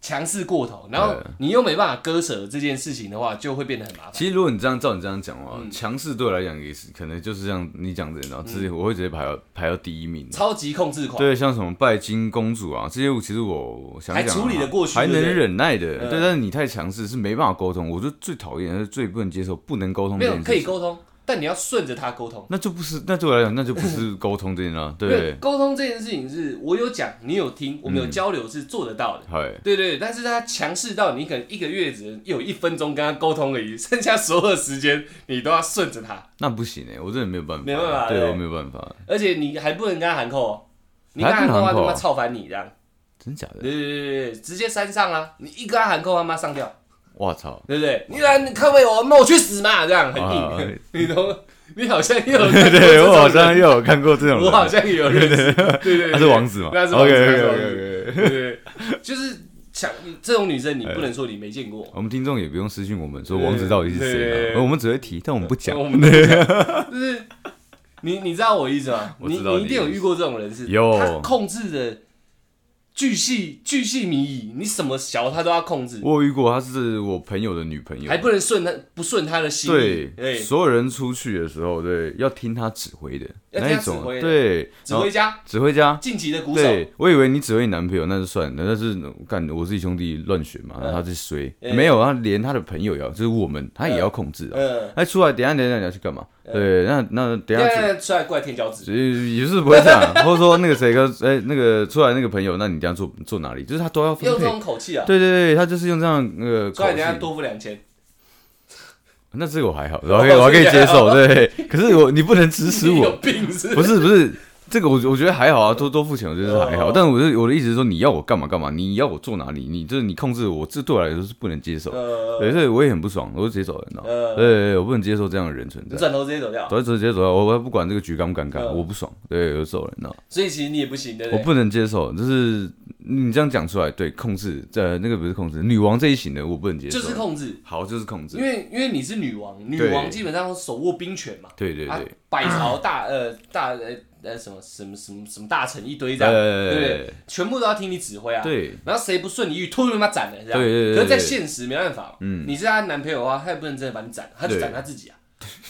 Speaker 1: 强势过头，然后
Speaker 2: 对
Speaker 1: 你又没办法割舍这件事情的话，就会变得很麻烦。
Speaker 2: 其实如果你这样照你这样讲的
Speaker 1: 嗯
Speaker 2: 话，强势对我来讲也是可能就是像你讲的，然后直接我会直接排到排到第一名。
Speaker 1: 嗯超级控制狂，
Speaker 2: 对，像什么拜金公主啊这些，其实我想想
Speaker 1: 还
Speaker 2: 啊
Speaker 1: 处理得过去
Speaker 2: 还能
Speaker 1: 对不对嗯
Speaker 2: 忍耐的。对，但是你太强势是没办法沟通，我就最讨厌，是最不能接受，不能沟通
Speaker 1: 没
Speaker 2: 这
Speaker 1: 有
Speaker 2: 件事
Speaker 1: 可以
Speaker 2: 情
Speaker 1: 沟通，但你要顺着他沟通。
Speaker 2: 那就不是，那对我来讲，那就不是沟通这件
Speaker 1: [laughs]
Speaker 2: 了，对不
Speaker 1: 因
Speaker 2: 对
Speaker 1: 为？沟通这件事情是我有讲，你有听，我们有交流是做得到的。
Speaker 2: 嗨，
Speaker 1: 对对，对但是他强势到你可能一个月只能有一分钟跟他沟通而已， [laughs] 剩下所有的时间你都要顺着他，
Speaker 2: 那不行哎、我真的没有办法，
Speaker 1: 没办法对
Speaker 2: 对我没有办法，
Speaker 1: 而且你还不能跟他喊扣、哦，你
Speaker 2: 还
Speaker 1: 跟他喊
Speaker 2: 不
Speaker 1: 扣
Speaker 2: 能
Speaker 1: 他
Speaker 2: 喊哦
Speaker 1: 他
Speaker 2: 扣
Speaker 1: 妈操烦你这样，
Speaker 2: 真假的？
Speaker 1: 对对对对对，直接删上啦、你一跟他喊扣他妈上吊，[laughs]
Speaker 2: 我操！
Speaker 1: 对不对？你来你靠背我，那我去死嘛，这样很 [laughs]
Speaker 2: 啊
Speaker 1: 硬，你懂？你好像又有
Speaker 2: [laughs] 对我好像又有看过这种
Speaker 1: 我好
Speaker 2: 人，
Speaker 1: 像也有认识，
Speaker 2: [laughs]
Speaker 1: 对对对，
Speaker 2: 他是王子嘛
Speaker 1: 那是王子，
Speaker 2: OK，OK，OK，OK
Speaker 1: 那是王子对对对，就是强这种女生，你不能说你没见过，
Speaker 2: 我们听众也不用私信我们说王子到底是
Speaker 1: 对
Speaker 2: 谁、
Speaker 1: 对
Speaker 2: 啊，
Speaker 1: 对
Speaker 2: 我们只会提，但我们不讲。
Speaker 1: 我们就是你你知道我意思吗？
Speaker 2: 我
Speaker 1: 你
Speaker 2: 知道
Speaker 1: 你一定有遇过这种人是，
Speaker 2: 有
Speaker 1: 他控制的巨细巨细靡遗，你什么小他都要控制，
Speaker 2: 我有遇过，她是我朋友的女朋友
Speaker 1: 还，哎不能顺他不顺他的心意，
Speaker 2: 对，
Speaker 1: 对，
Speaker 2: 所有人出去的时候，对，要听她指挥的
Speaker 1: 要
Speaker 2: 那
Speaker 1: 听
Speaker 2: 一
Speaker 1: 她指
Speaker 2: 种啊
Speaker 1: 挥，的
Speaker 2: 对，
Speaker 1: 指
Speaker 2: 然后
Speaker 1: 挥家
Speaker 2: 指挥家，
Speaker 1: 晋级的鼓手，
Speaker 2: 对，我以为你只会男朋友，那就算了。但是干我自己兄弟乱选嘛，然后他去衰，
Speaker 1: 嗯
Speaker 2: 没有，他连他的朋友也要，就是我们，他也要控制啊。
Speaker 1: 嗯，
Speaker 2: 哎，出来，等一下，等一下，你要去干嘛？
Speaker 1: 哎
Speaker 2: 对，那那等一
Speaker 1: 现
Speaker 2: 下去。
Speaker 1: 在出来过来舔脚趾，
Speaker 2: 所以也是不会这样，或者说那个谁跟哎那个出来那个朋友，那你等一下坐坐哪里？就是他都要分
Speaker 1: 用这
Speaker 2: 配。
Speaker 1: 种口气啊，
Speaker 2: 对对对，他就是用这样那个
Speaker 1: 出
Speaker 2: 口
Speaker 1: 来等下
Speaker 2: 气。
Speaker 1: 多付两千，
Speaker 2: 那这个我还好，我还
Speaker 1: 哦
Speaker 2: 可以我还可以接受。
Speaker 1: [laughs]
Speaker 2: 对，可是我你不能指使
Speaker 1: 你
Speaker 2: 我
Speaker 1: 有，病是
Speaker 2: [laughs] 不是不是，这个我我觉得还好啊，多多付钱我觉得是还好。
Speaker 1: 哦
Speaker 2: 但我是我的意思是说，你要我干嘛干嘛，你要我做哪里，你就是你控制我，这对我来说是不能接受。
Speaker 1: 呃
Speaker 2: 对，所以我也很不爽，我就直接走人了。对
Speaker 1: 呃，
Speaker 2: 对，对我不能接受这样的人存
Speaker 1: 你
Speaker 2: 在。
Speaker 1: 转头直接走掉，
Speaker 2: 走就直接走掉，我我不管这个局尴不尴尬，
Speaker 1: 嗯
Speaker 2: 我不爽，对，我就走人了。
Speaker 1: 所以其实你也不行，对不
Speaker 2: 我
Speaker 1: 对？
Speaker 2: 不能接受，就是你这样讲出来，对，控制，呃，那个不是控制，女王这一型的我不能接受。
Speaker 1: 就是控制，
Speaker 2: 好，就是控制
Speaker 1: 因。为因为你是女王，女王基本上手握兵权嘛，
Speaker 2: 对对
Speaker 1: 啊
Speaker 2: 对，，
Speaker 1: 百朝大呃大呃呃什么什么什么什么大臣一堆这样，对不
Speaker 2: 呃
Speaker 1: 对，？全部都要听你指挥啊。
Speaker 2: 对，
Speaker 1: 然后谁不顺你意，突然把他斩了，这样。
Speaker 2: 对对对对
Speaker 1: 可是，在现实没办法，
Speaker 2: 嗯
Speaker 1: 你是她男朋友的话，他也不能真的把你斩，他就
Speaker 2: 对
Speaker 1: 斩他自己啊，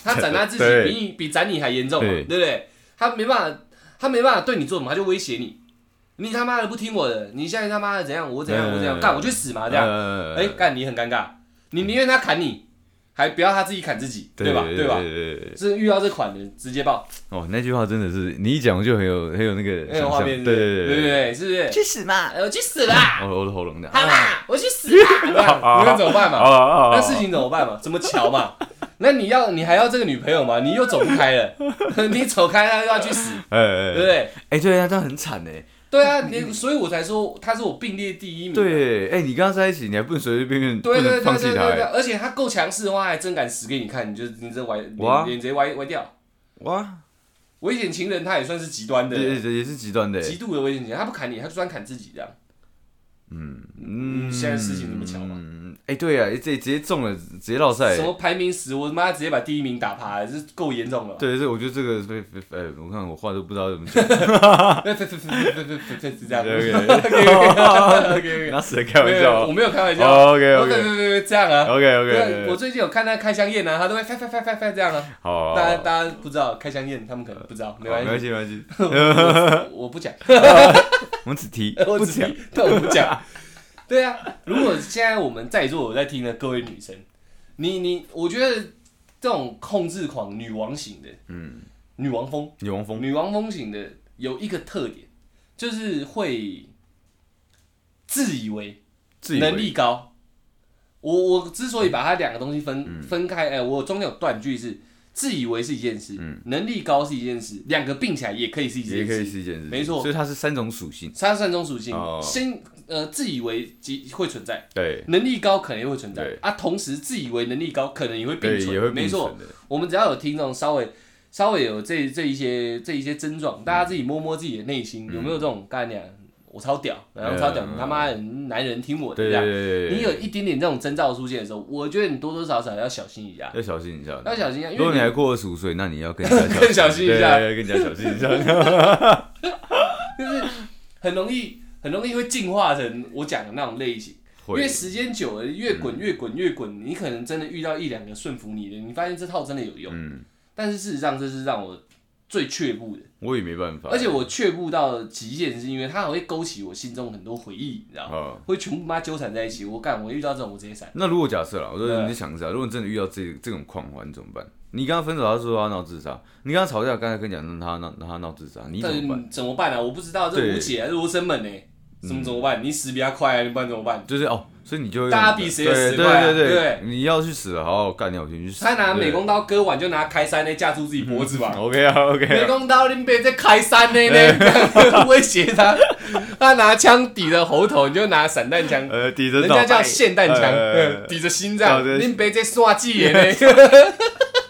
Speaker 1: 他斩他自己
Speaker 2: 对
Speaker 1: 比你比斩你还严重嘛，对
Speaker 2: 对
Speaker 1: 不对？他没办法，他没办法对你做什么，他就威胁你，你他妈的不听我的，你现在他妈的怎样，我怎样我怎样，
Speaker 2: 嗯
Speaker 1: 干我去死嘛这样。
Speaker 2: 样
Speaker 1: 哎，干你很尴尬，你宁愿他砍你，还不要他自己砍自己，对吧？对吧？
Speaker 2: 对对
Speaker 1: 是遇到这款的直接爆，
Speaker 2: 哦，那句话真的是你一讲我就很有很有那个
Speaker 1: 那个
Speaker 2: 想
Speaker 1: 画
Speaker 2: 象，
Speaker 1: 面
Speaker 2: 对
Speaker 1: 是
Speaker 2: 对
Speaker 1: 不是对
Speaker 2: 对
Speaker 1: 不
Speaker 2: 对，
Speaker 1: 对，是不是？
Speaker 2: 去死嘛！
Speaker 1: 哎我去死啦！
Speaker 2: 我我的喉咙这样
Speaker 1: 好啦，我去死
Speaker 2: [laughs]
Speaker 1: 啦！这样你们怎么办
Speaker 2: 啊
Speaker 1: 嘛？
Speaker 2: 啊啊
Speaker 1: 那
Speaker 2: 啊！
Speaker 1: 事情怎么办嘛？怎么瞧嘛？那你要你还要这个女朋友嘛？你又走不开了，你走开她又要去死，
Speaker 2: 哎
Speaker 1: 对
Speaker 2: 哎
Speaker 1: 不对？
Speaker 2: 哎，对啊，这样很惨哎。
Speaker 1: 对啊，你所以我才说她是我并列第一名。
Speaker 2: 对，哎，你跟他在一起，你还不能随随便便，不
Speaker 1: 对对
Speaker 2: 能
Speaker 1: 对
Speaker 2: 放
Speaker 1: 对
Speaker 2: 弃
Speaker 1: 对
Speaker 2: 他
Speaker 1: 对，
Speaker 2: 哎。
Speaker 1: 而且她够强势的话，还真敢死给你看，你就你这歪
Speaker 2: 哇
Speaker 1: 脸脸直接歪歪掉。
Speaker 2: 哇，
Speaker 1: 危险情人他也算是极端的，
Speaker 2: 对对，也是极端的哎。
Speaker 1: 极度的危险情人，他不砍你，他就专砍自己这样。嗯，现在事情怎么巧嘛？
Speaker 2: 嗯，哎，对啊，这直接中了，直接落赛
Speaker 1: 什。么排名十，我他妈直接把第一名打趴了，这够严重了吧。
Speaker 2: 对，这我觉得这个非非哎，我看我话都不知道怎么讲，
Speaker 1: 对对对对对对对，是这样。
Speaker 2: 对
Speaker 1: OK
Speaker 2: [laughs] 拿死人开玩笑哦
Speaker 1: 我没有开玩笑。哦
Speaker 2: ，OK
Speaker 1: 对对
Speaker 2: OK
Speaker 1: 对对，这样啊。
Speaker 2: OK
Speaker 1: 对
Speaker 2: OK，
Speaker 1: 啊，我最近有看那开箱宴啊，他都会翻翻翻翻翻这样啊。
Speaker 2: 好，
Speaker 1: 大家大家不知道开箱宴，他们可能不知道，没
Speaker 2: 没
Speaker 1: 关
Speaker 2: 关
Speaker 1: 系，
Speaker 2: 系哦没关系，
Speaker 1: 我我不
Speaker 2: [laughs]
Speaker 1: 讲。
Speaker 2: 我们只提
Speaker 1: 我
Speaker 2: 不
Speaker 1: 只
Speaker 2: 讲
Speaker 1: 听，但我不讲。对啊，如果现在我们在座有在听的各位女生，你你，我觉得这种控制狂、女王型的，嗯，女王风、
Speaker 2: 女王风。
Speaker 1: 女王风型的有一个特点，就是会自以为
Speaker 2: 自以为嗯
Speaker 1: 能力高。我我之所以把它两个东西分、分开，哎、我中间有断句是自以为是一件事，能力高是一件事，两个并起来也可以是一件事，
Speaker 2: 嗯也可以是一件事情，
Speaker 1: 没错
Speaker 2: 所以它是三种属性，
Speaker 1: 它算中属性，
Speaker 2: 哦
Speaker 1: 先呃自以为即会存在，
Speaker 2: 对
Speaker 1: 能力高可能也会存在
Speaker 2: 对
Speaker 1: 啊，同时自以为能力高可能也会并
Speaker 2: 对，
Speaker 1: 存，
Speaker 2: 也会
Speaker 1: 没
Speaker 2: 并
Speaker 1: 错
Speaker 2: 存。的。
Speaker 1: 我们只要有听众稍微稍微有这这一些这一些症状，大家自己摸摸自己的内心、有没有这种概念？我超屌，然后超屌，
Speaker 2: 嗯
Speaker 1: 你他妈的男人听我的
Speaker 2: 对
Speaker 1: 这
Speaker 2: 对
Speaker 1: 样。
Speaker 2: 对对，
Speaker 1: 你有一点点这种征兆出现的时候，我觉得你多多少少要小心一下，
Speaker 2: 要小心一下。
Speaker 1: 要小心一下，因
Speaker 2: 如果你
Speaker 1: 为
Speaker 2: 还过二十五岁，那你要更加
Speaker 1: 更小心一下
Speaker 2: [laughs] 对，对对更加小心一下。
Speaker 1: [laughs] 很容易很容易会进化成我讲的那种类型。因
Speaker 2: 会嗯
Speaker 1: 为时间久了，越滚越滚越滚，你可能真的遇到一两个顺服你的，你发现这套真的有用。
Speaker 2: 嗯
Speaker 1: 但是事实上，这是让我最却步的，
Speaker 2: 我也没办法。
Speaker 1: 而且我却步到的极限，是因为它还会勾起我心中很多回忆，你知道吗？
Speaker 2: 啊，
Speaker 1: 会全部妈纠缠在一起。我干，我遇到这种我直接闪。
Speaker 2: 那如果假设啦，我
Speaker 1: 对
Speaker 2: 说你想一下，如果你真的遇到这这种狂欢怎么办？你跟他分手，他说他闹自杀；你跟他吵架，刚才跟你讲让他闹让他闹自杀，你怎么办？
Speaker 1: 但怎么办啊？我不知道，这
Speaker 2: 对嗯
Speaker 1: 无解啊，这罗生门呢、怎么怎么办？你死比他快啊，你不然怎么办？
Speaker 2: 就是哦，所以你就会
Speaker 1: 大家比谁的
Speaker 2: 对
Speaker 1: 死
Speaker 2: 对
Speaker 1: 快啊
Speaker 2: 对
Speaker 1: 对
Speaker 2: 你要去死了，好好干掉，我先去死。
Speaker 1: 他拿
Speaker 2: 对
Speaker 1: 美工刀割腕，就拿开山呢架住自己脖子吧。
Speaker 2: OK
Speaker 1: [laughs]
Speaker 2: 啊
Speaker 1: 美
Speaker 2: OK 啊，
Speaker 1: 工刀你别在开山呢呢， [laughs] 威胁他。他拿枪抵着喉头，你就拿散弹枪，
Speaker 2: 呃，抵着
Speaker 1: 人家
Speaker 2: 脑
Speaker 1: 叫
Speaker 2: 袋
Speaker 1: 霰弹枪，
Speaker 2: 呃
Speaker 1: 嗯抵着心脏
Speaker 2: 搞，得
Speaker 1: 你别在耍技的呢，
Speaker 2: [laughs]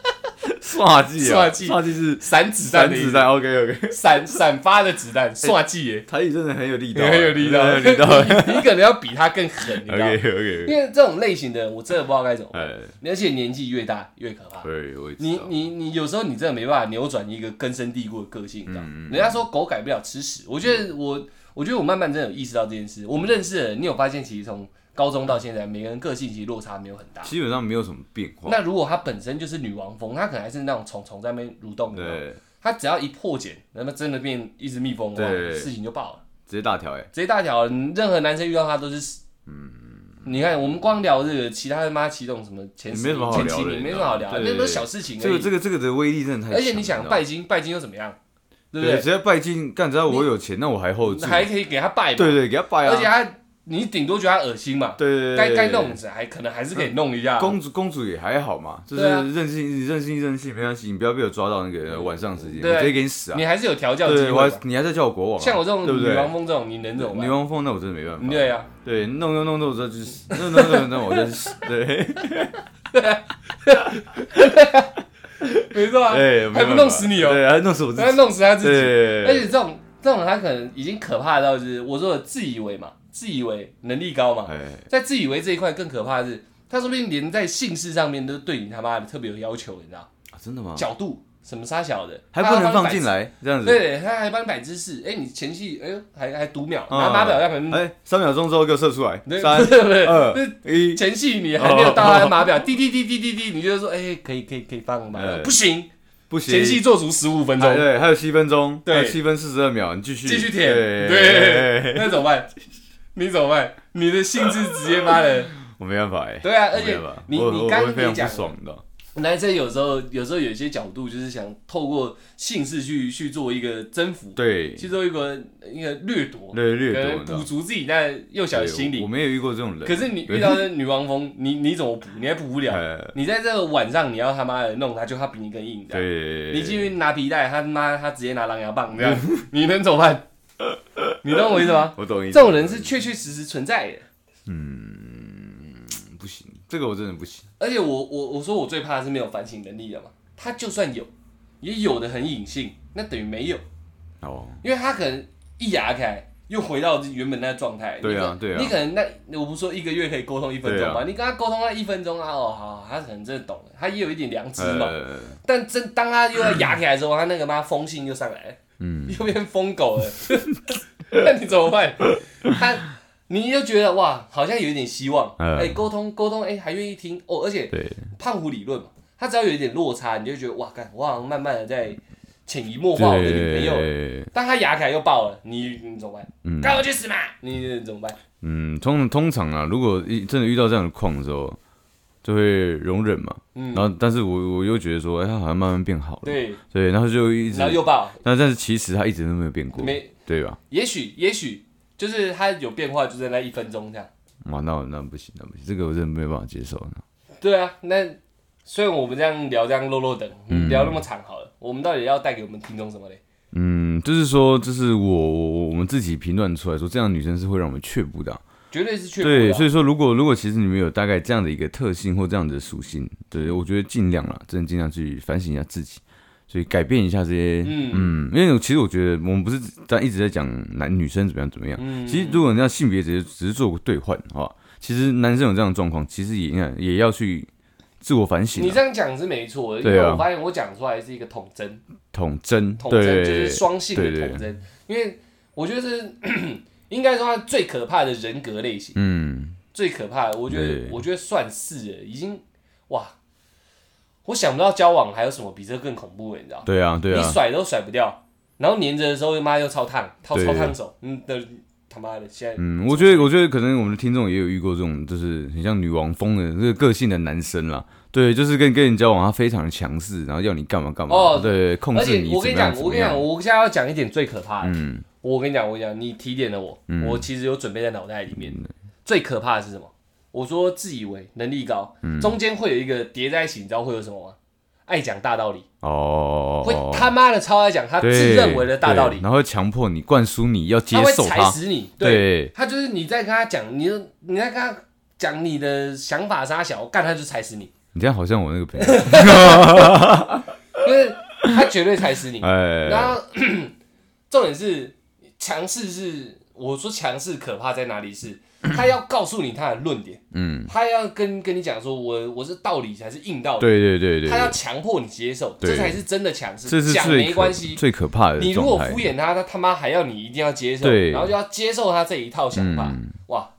Speaker 2: 刷技
Speaker 1: [laughs]
Speaker 2: 啊，
Speaker 1: 刷技
Speaker 2: 刷技是
Speaker 1: 散子弹
Speaker 2: 散
Speaker 1: 的意
Speaker 2: 子
Speaker 1: 思，
Speaker 2: 弹，OK OK，
Speaker 1: 散散发的子弹，耍技的。
Speaker 2: 台语真的很有力道啊，
Speaker 1: 很 [laughs] 有力道，
Speaker 2: 真的很有力道。
Speaker 1: [laughs] 你你可能要比他更狠， [laughs] 你知道
Speaker 2: OK
Speaker 1: 吗？因
Speaker 2: OK，
Speaker 1: 为这种类型的人，我真的不知道该怎么办。
Speaker 2: 哎，
Speaker 1: 而且年纪越大越可怕。
Speaker 2: 对，我也知
Speaker 1: 你
Speaker 2: 道。
Speaker 1: 你你有时候你真的没办法扭转一个根深蒂固的个性，你知道吗？
Speaker 2: 嗯嗯嗯
Speaker 1: 人家说狗改不了吃屎，我觉得我我觉得我慢慢真的有意识到这件事。我们认识的人，你有发现其实从高中到现在，每个人个性其实落差没有很大。
Speaker 2: 基本上没有什么变化。
Speaker 1: 那如果他本身就是女王蜂，他可能还是那种虫虫在那边蠕动的，
Speaker 2: 对，
Speaker 1: 他只要一破茧，那么真的变一只蜜蜂的话，
Speaker 2: 对
Speaker 1: 事情就爆了。
Speaker 2: 直接大条哎，
Speaker 1: 直接大条，你任何男生遇到他都是死。
Speaker 2: 嗯
Speaker 1: 你看我们光聊这个，其他他妈启动什么前十
Speaker 2: 没什么
Speaker 1: 名、
Speaker 2: 好
Speaker 1: 前
Speaker 2: 聊
Speaker 1: 几
Speaker 2: 的
Speaker 1: 名，
Speaker 2: 你
Speaker 1: 没
Speaker 2: 知
Speaker 1: 什么
Speaker 2: 道吗
Speaker 1: 好聊的，
Speaker 2: 对
Speaker 1: 那
Speaker 2: 对
Speaker 1: 都
Speaker 2: 对
Speaker 1: 是小事情而
Speaker 2: 这个
Speaker 1: 已。
Speaker 2: 这个这个的威力真的太强了。
Speaker 1: 而且你想
Speaker 2: 拜，
Speaker 1: 拜金，拜金又怎么样？对
Speaker 2: 对，
Speaker 1: 不
Speaker 2: 直接拜金，干，只要我有钱，那我还后
Speaker 1: 对？
Speaker 2: 置，
Speaker 1: 还可以给他拜嘛，
Speaker 2: 对对，给他拜啊。
Speaker 1: 而且他你顶多觉得他恶心嘛，
Speaker 2: 对对对，
Speaker 1: 该
Speaker 2: 对嗯
Speaker 1: 该弄。死还可能还是可以弄一下。
Speaker 2: 公主公主也还好嘛，就是
Speaker 1: 对啊
Speaker 2: 任性任性任性，没关系，你不要被我抓到那个晚上时间，
Speaker 1: 对
Speaker 2: 我直接给你死啊！
Speaker 1: 你还是有调教机
Speaker 2: 对，我
Speaker 1: 会
Speaker 2: 还
Speaker 1: 嘛。
Speaker 2: 你还在叫我国王啊，
Speaker 1: 像我这种
Speaker 2: 对不
Speaker 1: 女
Speaker 2: 对？
Speaker 1: 王蜂这种，你能怎么
Speaker 2: 女
Speaker 1: 办？嗯
Speaker 2: 王风，那我真的没办法。
Speaker 1: 对啊呀，
Speaker 2: 对，弄弄弄弄，我这就是弄弄弄弄，我这就是对，
Speaker 1: 没错 [laughs] 啊，
Speaker 2: 哎，没
Speaker 1: 还不
Speaker 2: 办
Speaker 1: 弄
Speaker 2: 法
Speaker 1: 死你哦
Speaker 2: 对，还弄死我
Speaker 1: [laughs]
Speaker 2: 自
Speaker 1: 他
Speaker 2: 己，
Speaker 1: 弄死他自己。哎
Speaker 2: 对，
Speaker 1: 而且这种这种他可能已经可怕到就是我说的自以为嘛，自以为能力高嘛，
Speaker 2: 哎，
Speaker 1: 在自以为这一块更可怕的是，他说不定连在姓氏上面都对你他妈的特别有要求，你知道？
Speaker 2: 啊真的吗？
Speaker 1: 角度什么杀小的，
Speaker 2: 还
Speaker 1: 他
Speaker 2: 不
Speaker 1: 还
Speaker 2: 能
Speaker 1: 帮你
Speaker 2: 放进
Speaker 1: 摆
Speaker 2: 来，这样
Speaker 1: 姿。
Speaker 2: 子。
Speaker 1: 对，他还帮你摆姿势，哎，你前戏，哎呦，还还读秒，拿
Speaker 2: 啊
Speaker 1: 码表在旁边，
Speaker 2: 哎，三秒钟之后给我射出来，
Speaker 1: 对，
Speaker 2: 三
Speaker 1: 不是不是，
Speaker 2: 二
Speaker 1: 就是
Speaker 2: 一，
Speaker 1: 前戏你还没有到他的码表，滴滴滴滴滴滴，你就说，哎，可以可以可以放码表，
Speaker 2: 哎
Speaker 1: 不行，
Speaker 2: 不行，
Speaker 1: 前戏做足十五分
Speaker 2: 哎
Speaker 1: 钟，
Speaker 2: 对，还有七分钟，
Speaker 1: 对
Speaker 2: 还有七分四十二秒，你继续
Speaker 1: 继续舔，
Speaker 2: 对
Speaker 1: 对，那怎么办？你怎么办？你的性质直接妈的，
Speaker 2: 我没办法哎，
Speaker 1: 对啊，而且
Speaker 2: 我没办法
Speaker 1: 你
Speaker 2: 我
Speaker 1: 你
Speaker 2: 我
Speaker 1: 刚
Speaker 2: 会
Speaker 1: 刚
Speaker 2: 非
Speaker 1: 也
Speaker 2: 常
Speaker 1: 讲
Speaker 2: 不，爽的，
Speaker 1: 男生有时候有时候有一些角度就是想透过性事去去做一个征服，
Speaker 2: 对，
Speaker 1: 去做一个一个掠夺，
Speaker 2: 略
Speaker 1: 可
Speaker 2: 略
Speaker 1: 能
Speaker 2: 多，
Speaker 1: 补
Speaker 2: 你知道
Speaker 1: 足自己那幼小的
Speaker 2: 对
Speaker 1: 心
Speaker 2: 我我
Speaker 1: 灵。
Speaker 2: 没有遇过这种人，
Speaker 1: 可是你
Speaker 2: 对
Speaker 1: 遇到那女王蜂，你你怎么补？你还补不了。
Speaker 2: 哎，
Speaker 1: 你在这个晚上，你要他妈的弄他，就他比你更硬的。
Speaker 2: 对，
Speaker 1: 你进去拿皮带，他妈他直接拿狼牙棒这样， [laughs] 你能怎么办？你懂我意思
Speaker 2: [laughs]
Speaker 1: 吗？
Speaker 2: 我懂你
Speaker 1: 这种人是确确实实存在的。
Speaker 2: 不行，这个我真的不行，
Speaker 1: 而且我我我说我最怕的是没有反省能力的嘛，他就算有，也有的很隐性，那等于没有，
Speaker 2: 哦，
Speaker 1: 因为他可能一牙开又回到自己原本那状态。
Speaker 2: 对啊
Speaker 1: 你可
Speaker 2: 对啊
Speaker 1: 你可能那我不是说一个月可以沟通一分钟吗？
Speaker 2: 对啊
Speaker 1: 你跟他沟通那一分钟啊，哦好，他可能真的懂了，他也有一点良知嘛。
Speaker 2: 呃，
Speaker 1: 但真当他又要牙起来之后，他那个妈风性又上来了，
Speaker 2: 嗯，
Speaker 1: 又变疯狗了， [laughs] 那你怎么办？他你又觉得哇，好像有一点希望，哎、
Speaker 2: 嗯
Speaker 1: 沟通沟通，哎、还愿意听哦，而且
Speaker 2: 对，
Speaker 1: 胖虎理论嘛，他只要有一点落差，你就觉得哇，干，我好像慢慢的在潜移默化我的女朋友。
Speaker 2: 对
Speaker 1: 但他牙卡又爆了，你你怎么办？
Speaker 2: 嗯
Speaker 1: 干我去死嘛！你怎么办？
Speaker 2: 嗯，通通常啊，如果一真的遇到这样的况的时候，就会容忍嘛。
Speaker 1: 嗯
Speaker 2: 然后，但是我我又觉得说，哎、他好像慢慢变好了。
Speaker 1: 对，
Speaker 2: 对，然后就一直
Speaker 1: 然，后又爆，
Speaker 2: 那但是其实他一直都没有变过，
Speaker 1: 没，
Speaker 2: 对吧？
Speaker 1: 也许也许就是他有变化，就在那一分钟这样。
Speaker 2: 哇，那我那不行，那不行，这个我真的没有办法接受了。
Speaker 1: 对啊，那虽然我们这样聊这样落落等，
Speaker 2: 嗯
Speaker 1: 聊那么长好了，我们到底要带给我们听众什么嘞？
Speaker 2: 嗯，就是说，就是我我我们自己评断出来说，这样的女生是会让我们却步的啊、
Speaker 1: 绝对是缺
Speaker 2: 对，所
Speaker 1: 以
Speaker 2: 以说如果如果其实你们有大概这样的一个特性或这样的属性，对我觉得尽量啦，真的尽量去反省一下自己，所以改变一下这些，嗯因为其实我觉得我们不是在一直在讲男女生怎么样怎么样，
Speaker 1: 嗯
Speaker 2: 其实如果你要性别只是只是做兑换的话，其实男生有这样的状况，其实也应该也要去自我反省、
Speaker 1: 你
Speaker 2: 啊，
Speaker 1: 这样讲是没错的，因
Speaker 2: 对啊
Speaker 1: 为我发现我讲出来是一个统针。
Speaker 2: 统真，啊
Speaker 1: 统
Speaker 2: 对，
Speaker 1: 针，就是双性的
Speaker 2: 对对
Speaker 1: 统针。 [clears throat] 因为我觉得这是应该说他最可怕的人格类型，
Speaker 2: 嗯，
Speaker 1: 最可怕的，我觉得
Speaker 2: 对
Speaker 1: 我觉得算是了已经哇，我想不到交往还有什么比这更恐怖的，你知道吗？
Speaker 2: 对啊，对
Speaker 1: 你
Speaker 2: 啊，
Speaker 1: 甩都甩不掉，然后粘着的时候妈又超烫，超
Speaker 2: 对
Speaker 1: 超烫手，嗯的他妈的现在
Speaker 2: 嗯，我觉得，我觉得可能我们的听众也有遇过这种，就是很像女王风的这个个性的男生啦。对，就是跟跟人交往，他非常的强势，然后要你干嘛干嘛，
Speaker 1: 哦
Speaker 2: 对，控
Speaker 1: 而
Speaker 2: 制
Speaker 1: 且
Speaker 2: 你
Speaker 1: 我
Speaker 2: 怎
Speaker 1: 跟你
Speaker 2: 么样
Speaker 1: 讲，
Speaker 2: 怎
Speaker 1: 我
Speaker 2: 么
Speaker 1: 跟你讲，
Speaker 2: 样。
Speaker 1: 我现在要讲一点最可怕的。
Speaker 2: 嗯，
Speaker 1: 我跟你讲，我跟你讲，你提点了我，我其实有准备在脑袋里面。
Speaker 2: 嗯
Speaker 1: 最可怕的是什么？我说自以为能力高，
Speaker 2: 嗯
Speaker 1: 中间会有一个叠在一起，你知道会有什么吗？爱讲大道理，
Speaker 2: 哦，
Speaker 1: 会他妈的超爱讲他自
Speaker 2: 对
Speaker 1: 认为的大道
Speaker 2: 对
Speaker 1: 理，
Speaker 2: 然后会强迫你灌输你要接
Speaker 1: 他会
Speaker 2: 受
Speaker 1: 踩
Speaker 2: 他，
Speaker 1: 死你。对，
Speaker 2: 对，
Speaker 1: 他就是你在跟他讲，你就你在跟他讲你的想法啥小，干他就踩死你，
Speaker 2: 你这样好像我那个朋友，
Speaker 1: 因为他绝对踩死你。
Speaker 2: [laughs]
Speaker 1: [laughs]
Speaker 2: 哎，
Speaker 1: 然后 [clears throat] 重点是强势是，我说强势可怕在哪里
Speaker 2: [clears throat]
Speaker 1: 是，他要告诉你他的论点，
Speaker 2: 嗯，
Speaker 1: 他要跟跟你讲说我我是道理才是硬道理，
Speaker 2: 对对对对
Speaker 1: 他要
Speaker 2: 对，
Speaker 1: 强迫你接受，
Speaker 2: 对
Speaker 1: 这才是真的强
Speaker 2: 这
Speaker 1: 势。
Speaker 2: 是
Speaker 1: 讲
Speaker 2: 最
Speaker 1: 没
Speaker 2: 可
Speaker 1: 关系，
Speaker 2: 最可怕的
Speaker 1: 你如果
Speaker 2: 状态
Speaker 1: 敷。衍他，他他妈还要你一定要接受，
Speaker 2: 对嗯
Speaker 1: 然后就要接受他这一套想法，哇，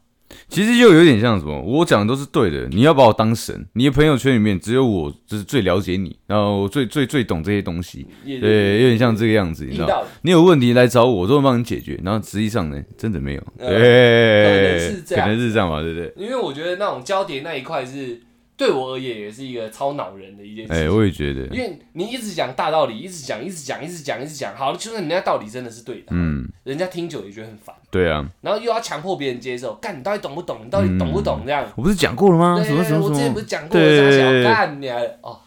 Speaker 2: 其实就有点像什么，我讲的都是对的，你要把我当神，你的朋友圈里面只有我就是最了解你，然后最最最懂这些东西，
Speaker 1: 也
Speaker 2: 对，有点像这个样子，你知
Speaker 1: 硬
Speaker 2: 道。
Speaker 1: 道理。
Speaker 2: 你有问题来找我，我都能帮你解决。然后实际上呢，真的没有，
Speaker 1: 呃
Speaker 2: 对，
Speaker 1: 可能是这样
Speaker 2: 可能是这样吧，对不对？
Speaker 1: 因为我觉得那种交叠那一块是对我而言也是一个超恼人的一件事情。
Speaker 2: 哎，我也觉得，
Speaker 1: 因为你一直讲大道理，一直讲，一直讲，一直讲，一直讲，好，就算人家道理真的是对的，啊
Speaker 2: 嗯，
Speaker 1: 人家听久也觉得很烦，
Speaker 2: 对啊，
Speaker 1: 然后又要强迫别人接受，干，你到底懂不懂？你到底懂不懂？这样，
Speaker 2: 我不是讲过了吗？
Speaker 1: 对
Speaker 2: 啊什么什
Speaker 1: 我
Speaker 2: 么
Speaker 1: 之
Speaker 2: 什
Speaker 1: 前不
Speaker 2: 么
Speaker 1: 是？讲过
Speaker 2: 对
Speaker 1: 啥
Speaker 2: 对
Speaker 1: 小
Speaker 2: 嗯对
Speaker 1: 干你还哦，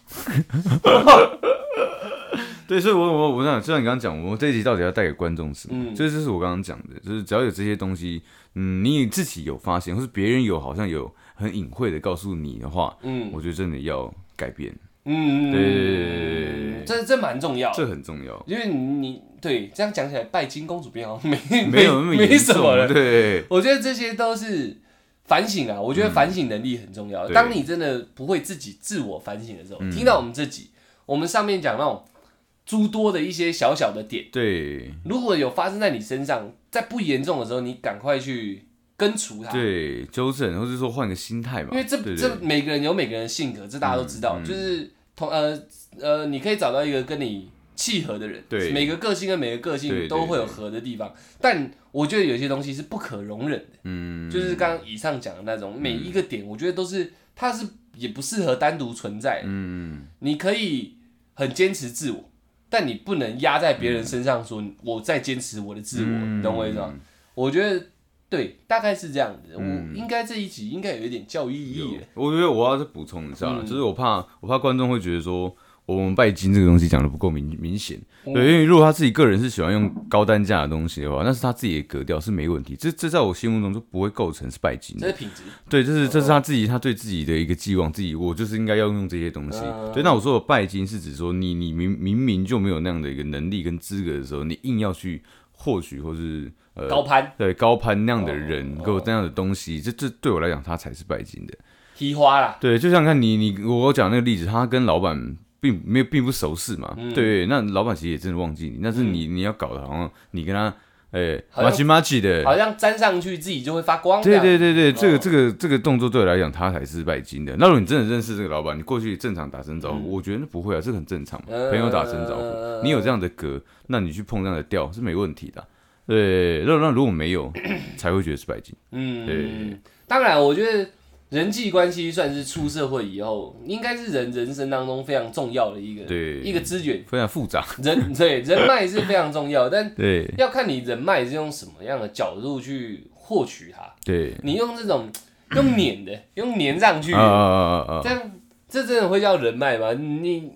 Speaker 2: 对，所以我我我想，就像你刚刚讲，我们这一集到底要带给观众什么？
Speaker 1: 嗯
Speaker 2: 这就是我刚刚讲的，就是只要有这些东西，嗯，你自己有发现，或是别人有好像有很隐晦的告诉你的话，
Speaker 1: 嗯
Speaker 2: 我觉得真的要改变，
Speaker 1: 嗯，
Speaker 2: 对对对对对对对
Speaker 1: 这这蛮重要的，
Speaker 2: 这很重要。
Speaker 1: 因为你你对这样讲起来，拜金公主病好像没
Speaker 2: 没有那么
Speaker 1: 没
Speaker 2: 严
Speaker 1: 什
Speaker 2: 重
Speaker 1: 么了，
Speaker 2: 对，
Speaker 1: [laughs] 我觉得这些都是反省啊，我觉得反省能力很重要。
Speaker 2: 对
Speaker 1: 当你真的不会自己自我反省的时候，听到我们这集，我们上面讲那种诸多的一些小小的点，
Speaker 2: 对
Speaker 1: 如果有发生在你身上，在不严重的时候，你赶快去根除它。
Speaker 2: 对，纠正，或者说换个心态嘛。
Speaker 1: 啊因为这
Speaker 2: 对嗯
Speaker 1: 这
Speaker 2: 对
Speaker 1: 每个人有每个人的性格，这大家都知道，就是同呃呃，你可以找到一个跟你契合的人，
Speaker 2: 对
Speaker 1: 每个个性跟每个个
Speaker 2: 对对
Speaker 1: 性都会有合的地方，但我觉得有些东西是不可容忍的，
Speaker 2: 嗯，
Speaker 1: 就是刚刚以上讲的那种，每一个点，我觉得都是它是也不适合单独存在的，
Speaker 2: 嗯，
Speaker 1: 你可以很坚持自我，但你不能压在别人
Speaker 2: 嗯
Speaker 1: 身上说我在坚持我的自我，你懂我意思吗？我觉得。对，大概是这样子。
Speaker 2: 嗯
Speaker 1: 我应该这一集应该有一点教育意
Speaker 2: 有
Speaker 1: 义了。
Speaker 2: 我觉得我要再补充一下啦，
Speaker 1: 嗯
Speaker 2: 就是我怕我怕观众会觉得说。我们拜金这个东西讲的不够明明显，
Speaker 1: 哦
Speaker 2: 对，因为如果他自己个人是喜欢用高单价的东西的话，那是他自己的格调是没问题，这这在我心目中就不会构成是拜金
Speaker 1: 这
Speaker 2: 的，
Speaker 1: 是品质。
Speaker 2: 对，这是这是他自己他对自己的一个寄望，自己我就是应该要用这些东西，
Speaker 1: 嗯
Speaker 2: 对，那我说的拜金是指说你你明明明就没有那样的一个能力跟资格的时候，你硬要去获取或是呃
Speaker 1: 高攀、
Speaker 2: 对高攀那样的人，
Speaker 1: 哦
Speaker 2: 给我那样的东西，这这对我来讲，他才是拜金的。
Speaker 1: 提花啦，
Speaker 2: 对，就像看你你我讲那个例子，他跟老板并没有并不熟识嘛，
Speaker 1: 嗯
Speaker 2: 对，那老板其实也真的忘记你，但是你、你要搞的好像你跟他哎
Speaker 1: 好
Speaker 2: 马
Speaker 1: 像
Speaker 2: 奇马奇的，
Speaker 1: 好像粘上去自己就会发光。
Speaker 2: 对对
Speaker 1: 对，
Speaker 2: 对对，这个
Speaker 1: 哦
Speaker 2: 这个这个动作对我来讲，他才是拜金的。那如果你真的认识这个老板，你过去正常打声招呼，我觉得不会啊，这个很正常嘛，
Speaker 1: 嗯
Speaker 2: 朋友打声招呼，你有这样的格，那你去碰这样的调是没问题的啊。对，那那如果没有，才会觉得是拜金。
Speaker 1: [clears throat] 嗯，当然，我觉得人际关系算是出社会以后，应该是人人生当中非常重要的一个
Speaker 2: 对，
Speaker 1: 一个资源。
Speaker 2: 非常复杂。
Speaker 1: 人 [laughs] 对人脉是非常重要，但
Speaker 2: 对
Speaker 1: 要看你人脉是用什么样的角度去获取它。
Speaker 2: 对
Speaker 1: 你用这种用碾的，用粘上去
Speaker 2: 啊
Speaker 1: 的，
Speaker 2: 啊啊啊
Speaker 1: 这
Speaker 2: 啊！
Speaker 1: 样这真的会叫人脉吗？你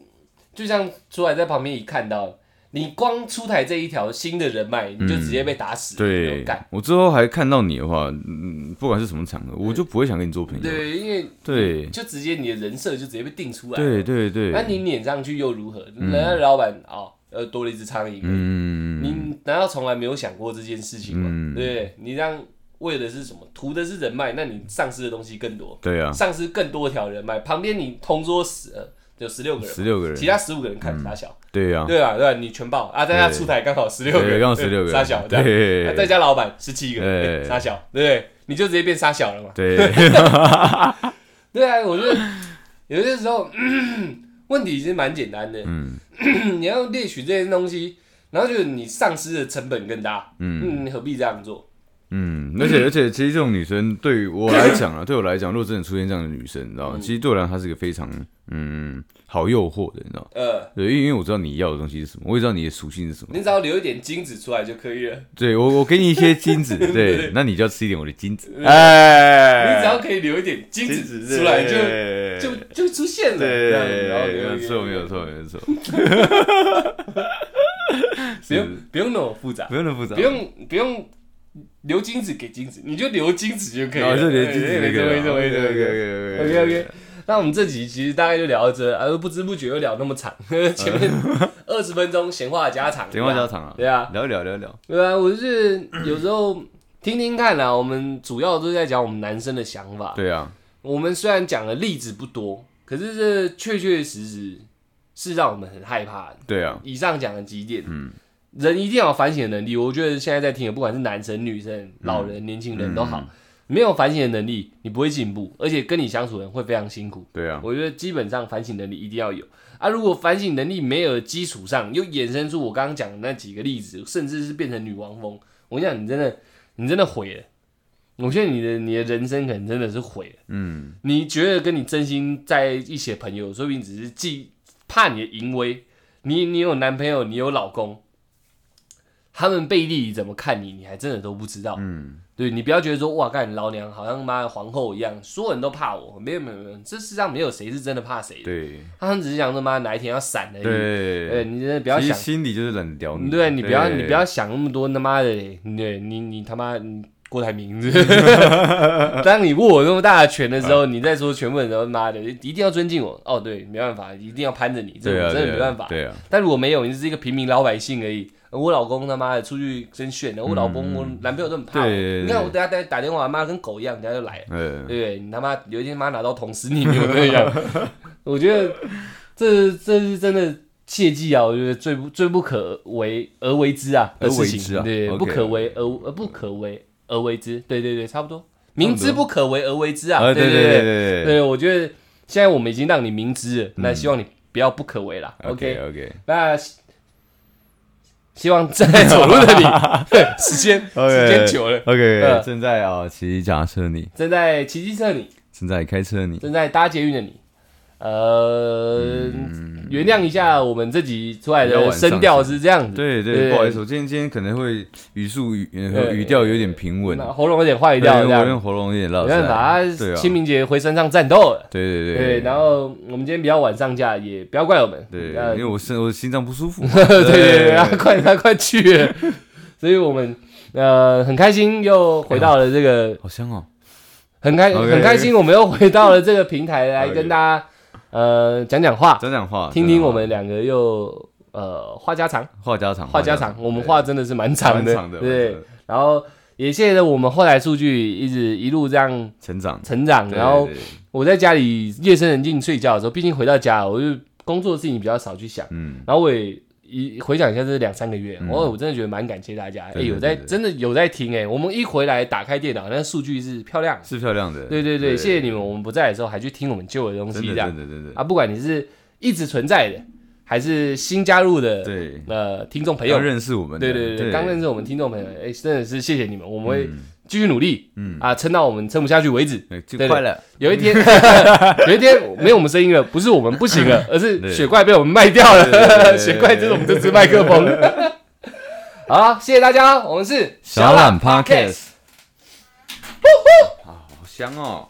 Speaker 1: 就像出来在旁边一看到，你光出台这一条新的人脉，你就直接被打死，没有
Speaker 2: 嗯对
Speaker 1: 干。，
Speaker 2: 我之后还看到你的话，嗯，不管是什么场合，我就不会想跟你做朋友。
Speaker 1: 对，因为
Speaker 2: 对
Speaker 1: 就直接你的人设就直接被定出来。，
Speaker 2: 对对对，
Speaker 1: 哎那你撵上去又如何？人家老板哦，呃，多了一只苍蝇，
Speaker 2: 嗯，
Speaker 1: 你难道从来没有想过这件事情吗？对不对，你这样为的是什么？图的是人脉，那你丧失的东西更多，
Speaker 2: 对啊，
Speaker 1: 丧失更多条人脉。旁边你同桌十呃有十六个人
Speaker 2: 十
Speaker 1: 嘛，
Speaker 2: 六个人
Speaker 1: 其，他十五个人看傻小。
Speaker 2: 对啊，
Speaker 1: 对啊，对啊，你全报啊，大家
Speaker 2: 对
Speaker 1: 出台刚好十六个
Speaker 2: 对，
Speaker 1: 人，
Speaker 2: 刚好十六个人，
Speaker 1: 傻小，对啊，
Speaker 2: 对
Speaker 1: 再加老板十七个人，
Speaker 2: 对
Speaker 1: 傻小，对不对？你就直接变沙小了嘛。
Speaker 2: 对，
Speaker 1: [laughs] 对啊，我觉得有些时候、 [clears throat] 问题其实蛮简单的。
Speaker 2: 嗯
Speaker 1: [clears throat] 你要猎取这些东西，然后就是你丧失的成本更大。嗯，你何必这样做？
Speaker 2: 嗯，而且而且，其实这种女生对于我来讲
Speaker 1: [laughs]
Speaker 2: 啊，对我来讲，如果真的出现这样的女生，你知道吗？
Speaker 1: 嗯
Speaker 2: 其实对我来讲，她是一个非常嗯好诱惑的，你知道吗？
Speaker 1: 呃，
Speaker 2: 对，因为因为我知道你要的东西是什么，我也知道你的属性是什么。
Speaker 1: 你只要留一点精子出来就可以了。
Speaker 2: 对我，我给你一些
Speaker 1: [laughs]
Speaker 2: 金子，对，那你就要吃一点我的金子。哎，
Speaker 1: 你只要可以留一点精子出来就，就就出现了。
Speaker 2: 对，
Speaker 1: 这样子然后留
Speaker 2: 没有
Speaker 1: 一个
Speaker 2: 错，没有错，没有错，
Speaker 1: 不
Speaker 2: 네.
Speaker 1: 用不用那么复杂
Speaker 2: 不，用那么复杂
Speaker 1: 不。用不用留精子给精子，你就留精子就可以
Speaker 2: 然后
Speaker 1: 了。
Speaker 2: 哦
Speaker 1: 哎
Speaker 2: 就连金子
Speaker 1: 对
Speaker 2: 那个，哦
Speaker 1: 没错没错没错没错。OK
Speaker 2: OK
Speaker 1: OK，那我们这集其实大概就聊到这，而不知不觉又聊那么长， [laughs] 前面二十分钟闲话家常，
Speaker 2: 嗯闲话家常啊，
Speaker 1: 对啊，
Speaker 2: 聊一聊聊一聊，
Speaker 1: 对啊，我是有时候听听看啦，我们主要都是在讲我们男生的想法，
Speaker 2: 对啊，
Speaker 1: 我们虽然讲的例子不多，可是这确确实实是让我们很害怕的。
Speaker 2: 对啊，
Speaker 1: 以上讲的几点，
Speaker 2: 嗯
Speaker 1: 人一定要有反省的能力。我觉得现在在听的，不管是男生、女生、老
Speaker 2: 嗯
Speaker 1: 人、年轻人都好，没有反省的能力，你不会进步，而且跟你相处的人会非常辛苦。
Speaker 2: 对啊，
Speaker 1: 我觉得基本上反省能力一定要有啊。如果反省能力没有的基础上，又衍生出我刚刚讲的那几个例子，甚至是变成女王风，我跟你讲，你真的，你真的毁了。我觉得你的你的人生可能真的是毁了。
Speaker 2: 嗯，
Speaker 1: 你觉得跟你真心在一起的朋友，说不定只是既怕你的淫威，你你有男朋友，你有老公，他们背地里怎么看你，你还真的都不知道。
Speaker 2: 嗯，
Speaker 1: 对你不要觉得说哇，干老娘好像妈的皇后一样，所有人都怕我。没有没有没有，这世上没有谁是真的怕谁的，
Speaker 2: 对
Speaker 1: 他们只是想说妈哪一天要闪而已。对，
Speaker 2: 对，
Speaker 1: 你真的不
Speaker 2: 不
Speaker 1: 要想，
Speaker 2: 心里就是冷掉你，
Speaker 1: 对你不要你不要想那么多他妈的，对你你他妈你郭台
Speaker 2: [laughs]
Speaker 1: 铭，当你握我那么大的权的时
Speaker 2: 啊
Speaker 1: 候，你再说全部人都妈的一定要尊敬我。哦，对，没办法，一定要攀着你，这
Speaker 2: 对啊，
Speaker 1: 我真的没办法。
Speaker 2: 对啊，
Speaker 1: 但如果没有，你只是一个平民老百姓而已。呃我老公他妈的出去真炫的，我老公、我男朋友都很怕我。
Speaker 2: 嗯对对对
Speaker 1: 你看我等下打打电话，妈跟狗一样，人家就来了。
Speaker 2: 呃，
Speaker 1: 对不对？你他妈有一天妈拿到捅死你，你有这样？
Speaker 2: [laughs]
Speaker 1: 我觉得这这是真的切记啊！我觉得最不最不可为而为之啊的
Speaker 2: 而
Speaker 1: 事
Speaker 2: 为
Speaker 1: 情，
Speaker 2: 之啊
Speaker 1: 对
Speaker 2: OK
Speaker 1: 不可为而呃不可为而为之，对对对，差不多，明知不可为而为之啊！对
Speaker 2: 啊，对
Speaker 1: 对
Speaker 2: 对对
Speaker 1: 对，我觉得现在我们已经让你明知了，那希望你不要不可为啦。
Speaker 2: ，OK OK，
Speaker 1: 那希希望正在走路的
Speaker 2: [laughs]
Speaker 1: 你，时间时间久了，
Speaker 2: ，OK，正在啊骑脚踏车你，
Speaker 1: 正在骑机车的你。
Speaker 2: 正在开车你，
Speaker 1: 正在搭捷运的你，呃，
Speaker 2: 嗯
Speaker 1: 原谅一下我们这集出来的声调是这样子，
Speaker 2: 对对，不好意思，我今天今天可能会语速语呃语调有点平稳，
Speaker 1: 那喉咙有点坏掉，这
Speaker 2: 我
Speaker 1: 样
Speaker 2: 用喉咙有点绕
Speaker 1: 没办法，
Speaker 2: 对
Speaker 1: 他
Speaker 2: 啊，
Speaker 1: 清明节回山上战斗了。
Speaker 2: 对对
Speaker 1: 对，然后我们今天比较晚上架，也不要怪我们。
Speaker 2: 对，
Speaker 1: 呃
Speaker 2: 因为我身我心脏不
Speaker 1: [laughs]
Speaker 2: 舒服嘛，
Speaker 1: 对对对，啊，快他快去
Speaker 2: [laughs]
Speaker 1: 了，所以我们呃很开心又回到了这个
Speaker 2: 好香哦，
Speaker 1: 很开
Speaker 2: OK，
Speaker 1: 很开心，我们又回到了这个平台来
Speaker 2: OK
Speaker 1: 跟大家呃讲讲话，
Speaker 2: 讲讲话，啊
Speaker 1: 听听我们两个又呃话家常。
Speaker 2: 话家常，
Speaker 1: 话家常，我们话真的是蛮长的，
Speaker 2: 蛮长的
Speaker 1: 对
Speaker 2: 蛮长的。
Speaker 1: 然后也谢谢我们后来数据一直一路这样
Speaker 2: 成长，
Speaker 1: 成长。[laughs]
Speaker 2: 对
Speaker 1: 然后
Speaker 2: 对对
Speaker 1: 我在家里夜深人静睡觉的时候，毕竟回到家，我就工作的事情比较少去想。
Speaker 2: 嗯，
Speaker 1: 然后我也一回想一下这两三个月，
Speaker 2: 嗯
Speaker 1: 哦，我真的觉得蛮感谢大家，哎，
Speaker 2: 对对
Speaker 1: 有在
Speaker 2: 对对
Speaker 1: 真的有在听哎，我们一回来打开电脑，那数据是漂亮。
Speaker 2: 是漂亮的，
Speaker 1: 对对对，谢谢你们，我们不在的时候还去听我们旧的东西
Speaker 2: 真
Speaker 1: 这
Speaker 2: 的
Speaker 1: 样
Speaker 2: 真的真的，
Speaker 1: 啊，不管你是一直存在的，还是新加入的
Speaker 2: 对，
Speaker 1: 呃听众朋友
Speaker 2: 要。认识我们
Speaker 1: 对
Speaker 2: 的，
Speaker 1: 对对，刚认识我们听众朋友，哎，真的是谢谢你们，我们会
Speaker 2: 嗯
Speaker 1: 继续努力，
Speaker 2: 嗯
Speaker 1: 啊，撑到我们撑不下去为止。
Speaker 2: 哎就
Speaker 1: 对对
Speaker 2: 快了，
Speaker 1: 有一
Speaker 2: [laughs]
Speaker 1: 天， [laughs] 有一天没有我们声音了，不是我们不行
Speaker 2: [laughs]
Speaker 1: 了，而是
Speaker 2: 对
Speaker 1: 雪怪被我们卖掉
Speaker 2: 对对对
Speaker 1: 了，
Speaker 2: 对
Speaker 1: 雪怪就是我们这支麦克风。好啊，谢谢大家，我们是
Speaker 2: 小懒
Speaker 1: Podcast
Speaker 2: Podcast，啊，好香哦。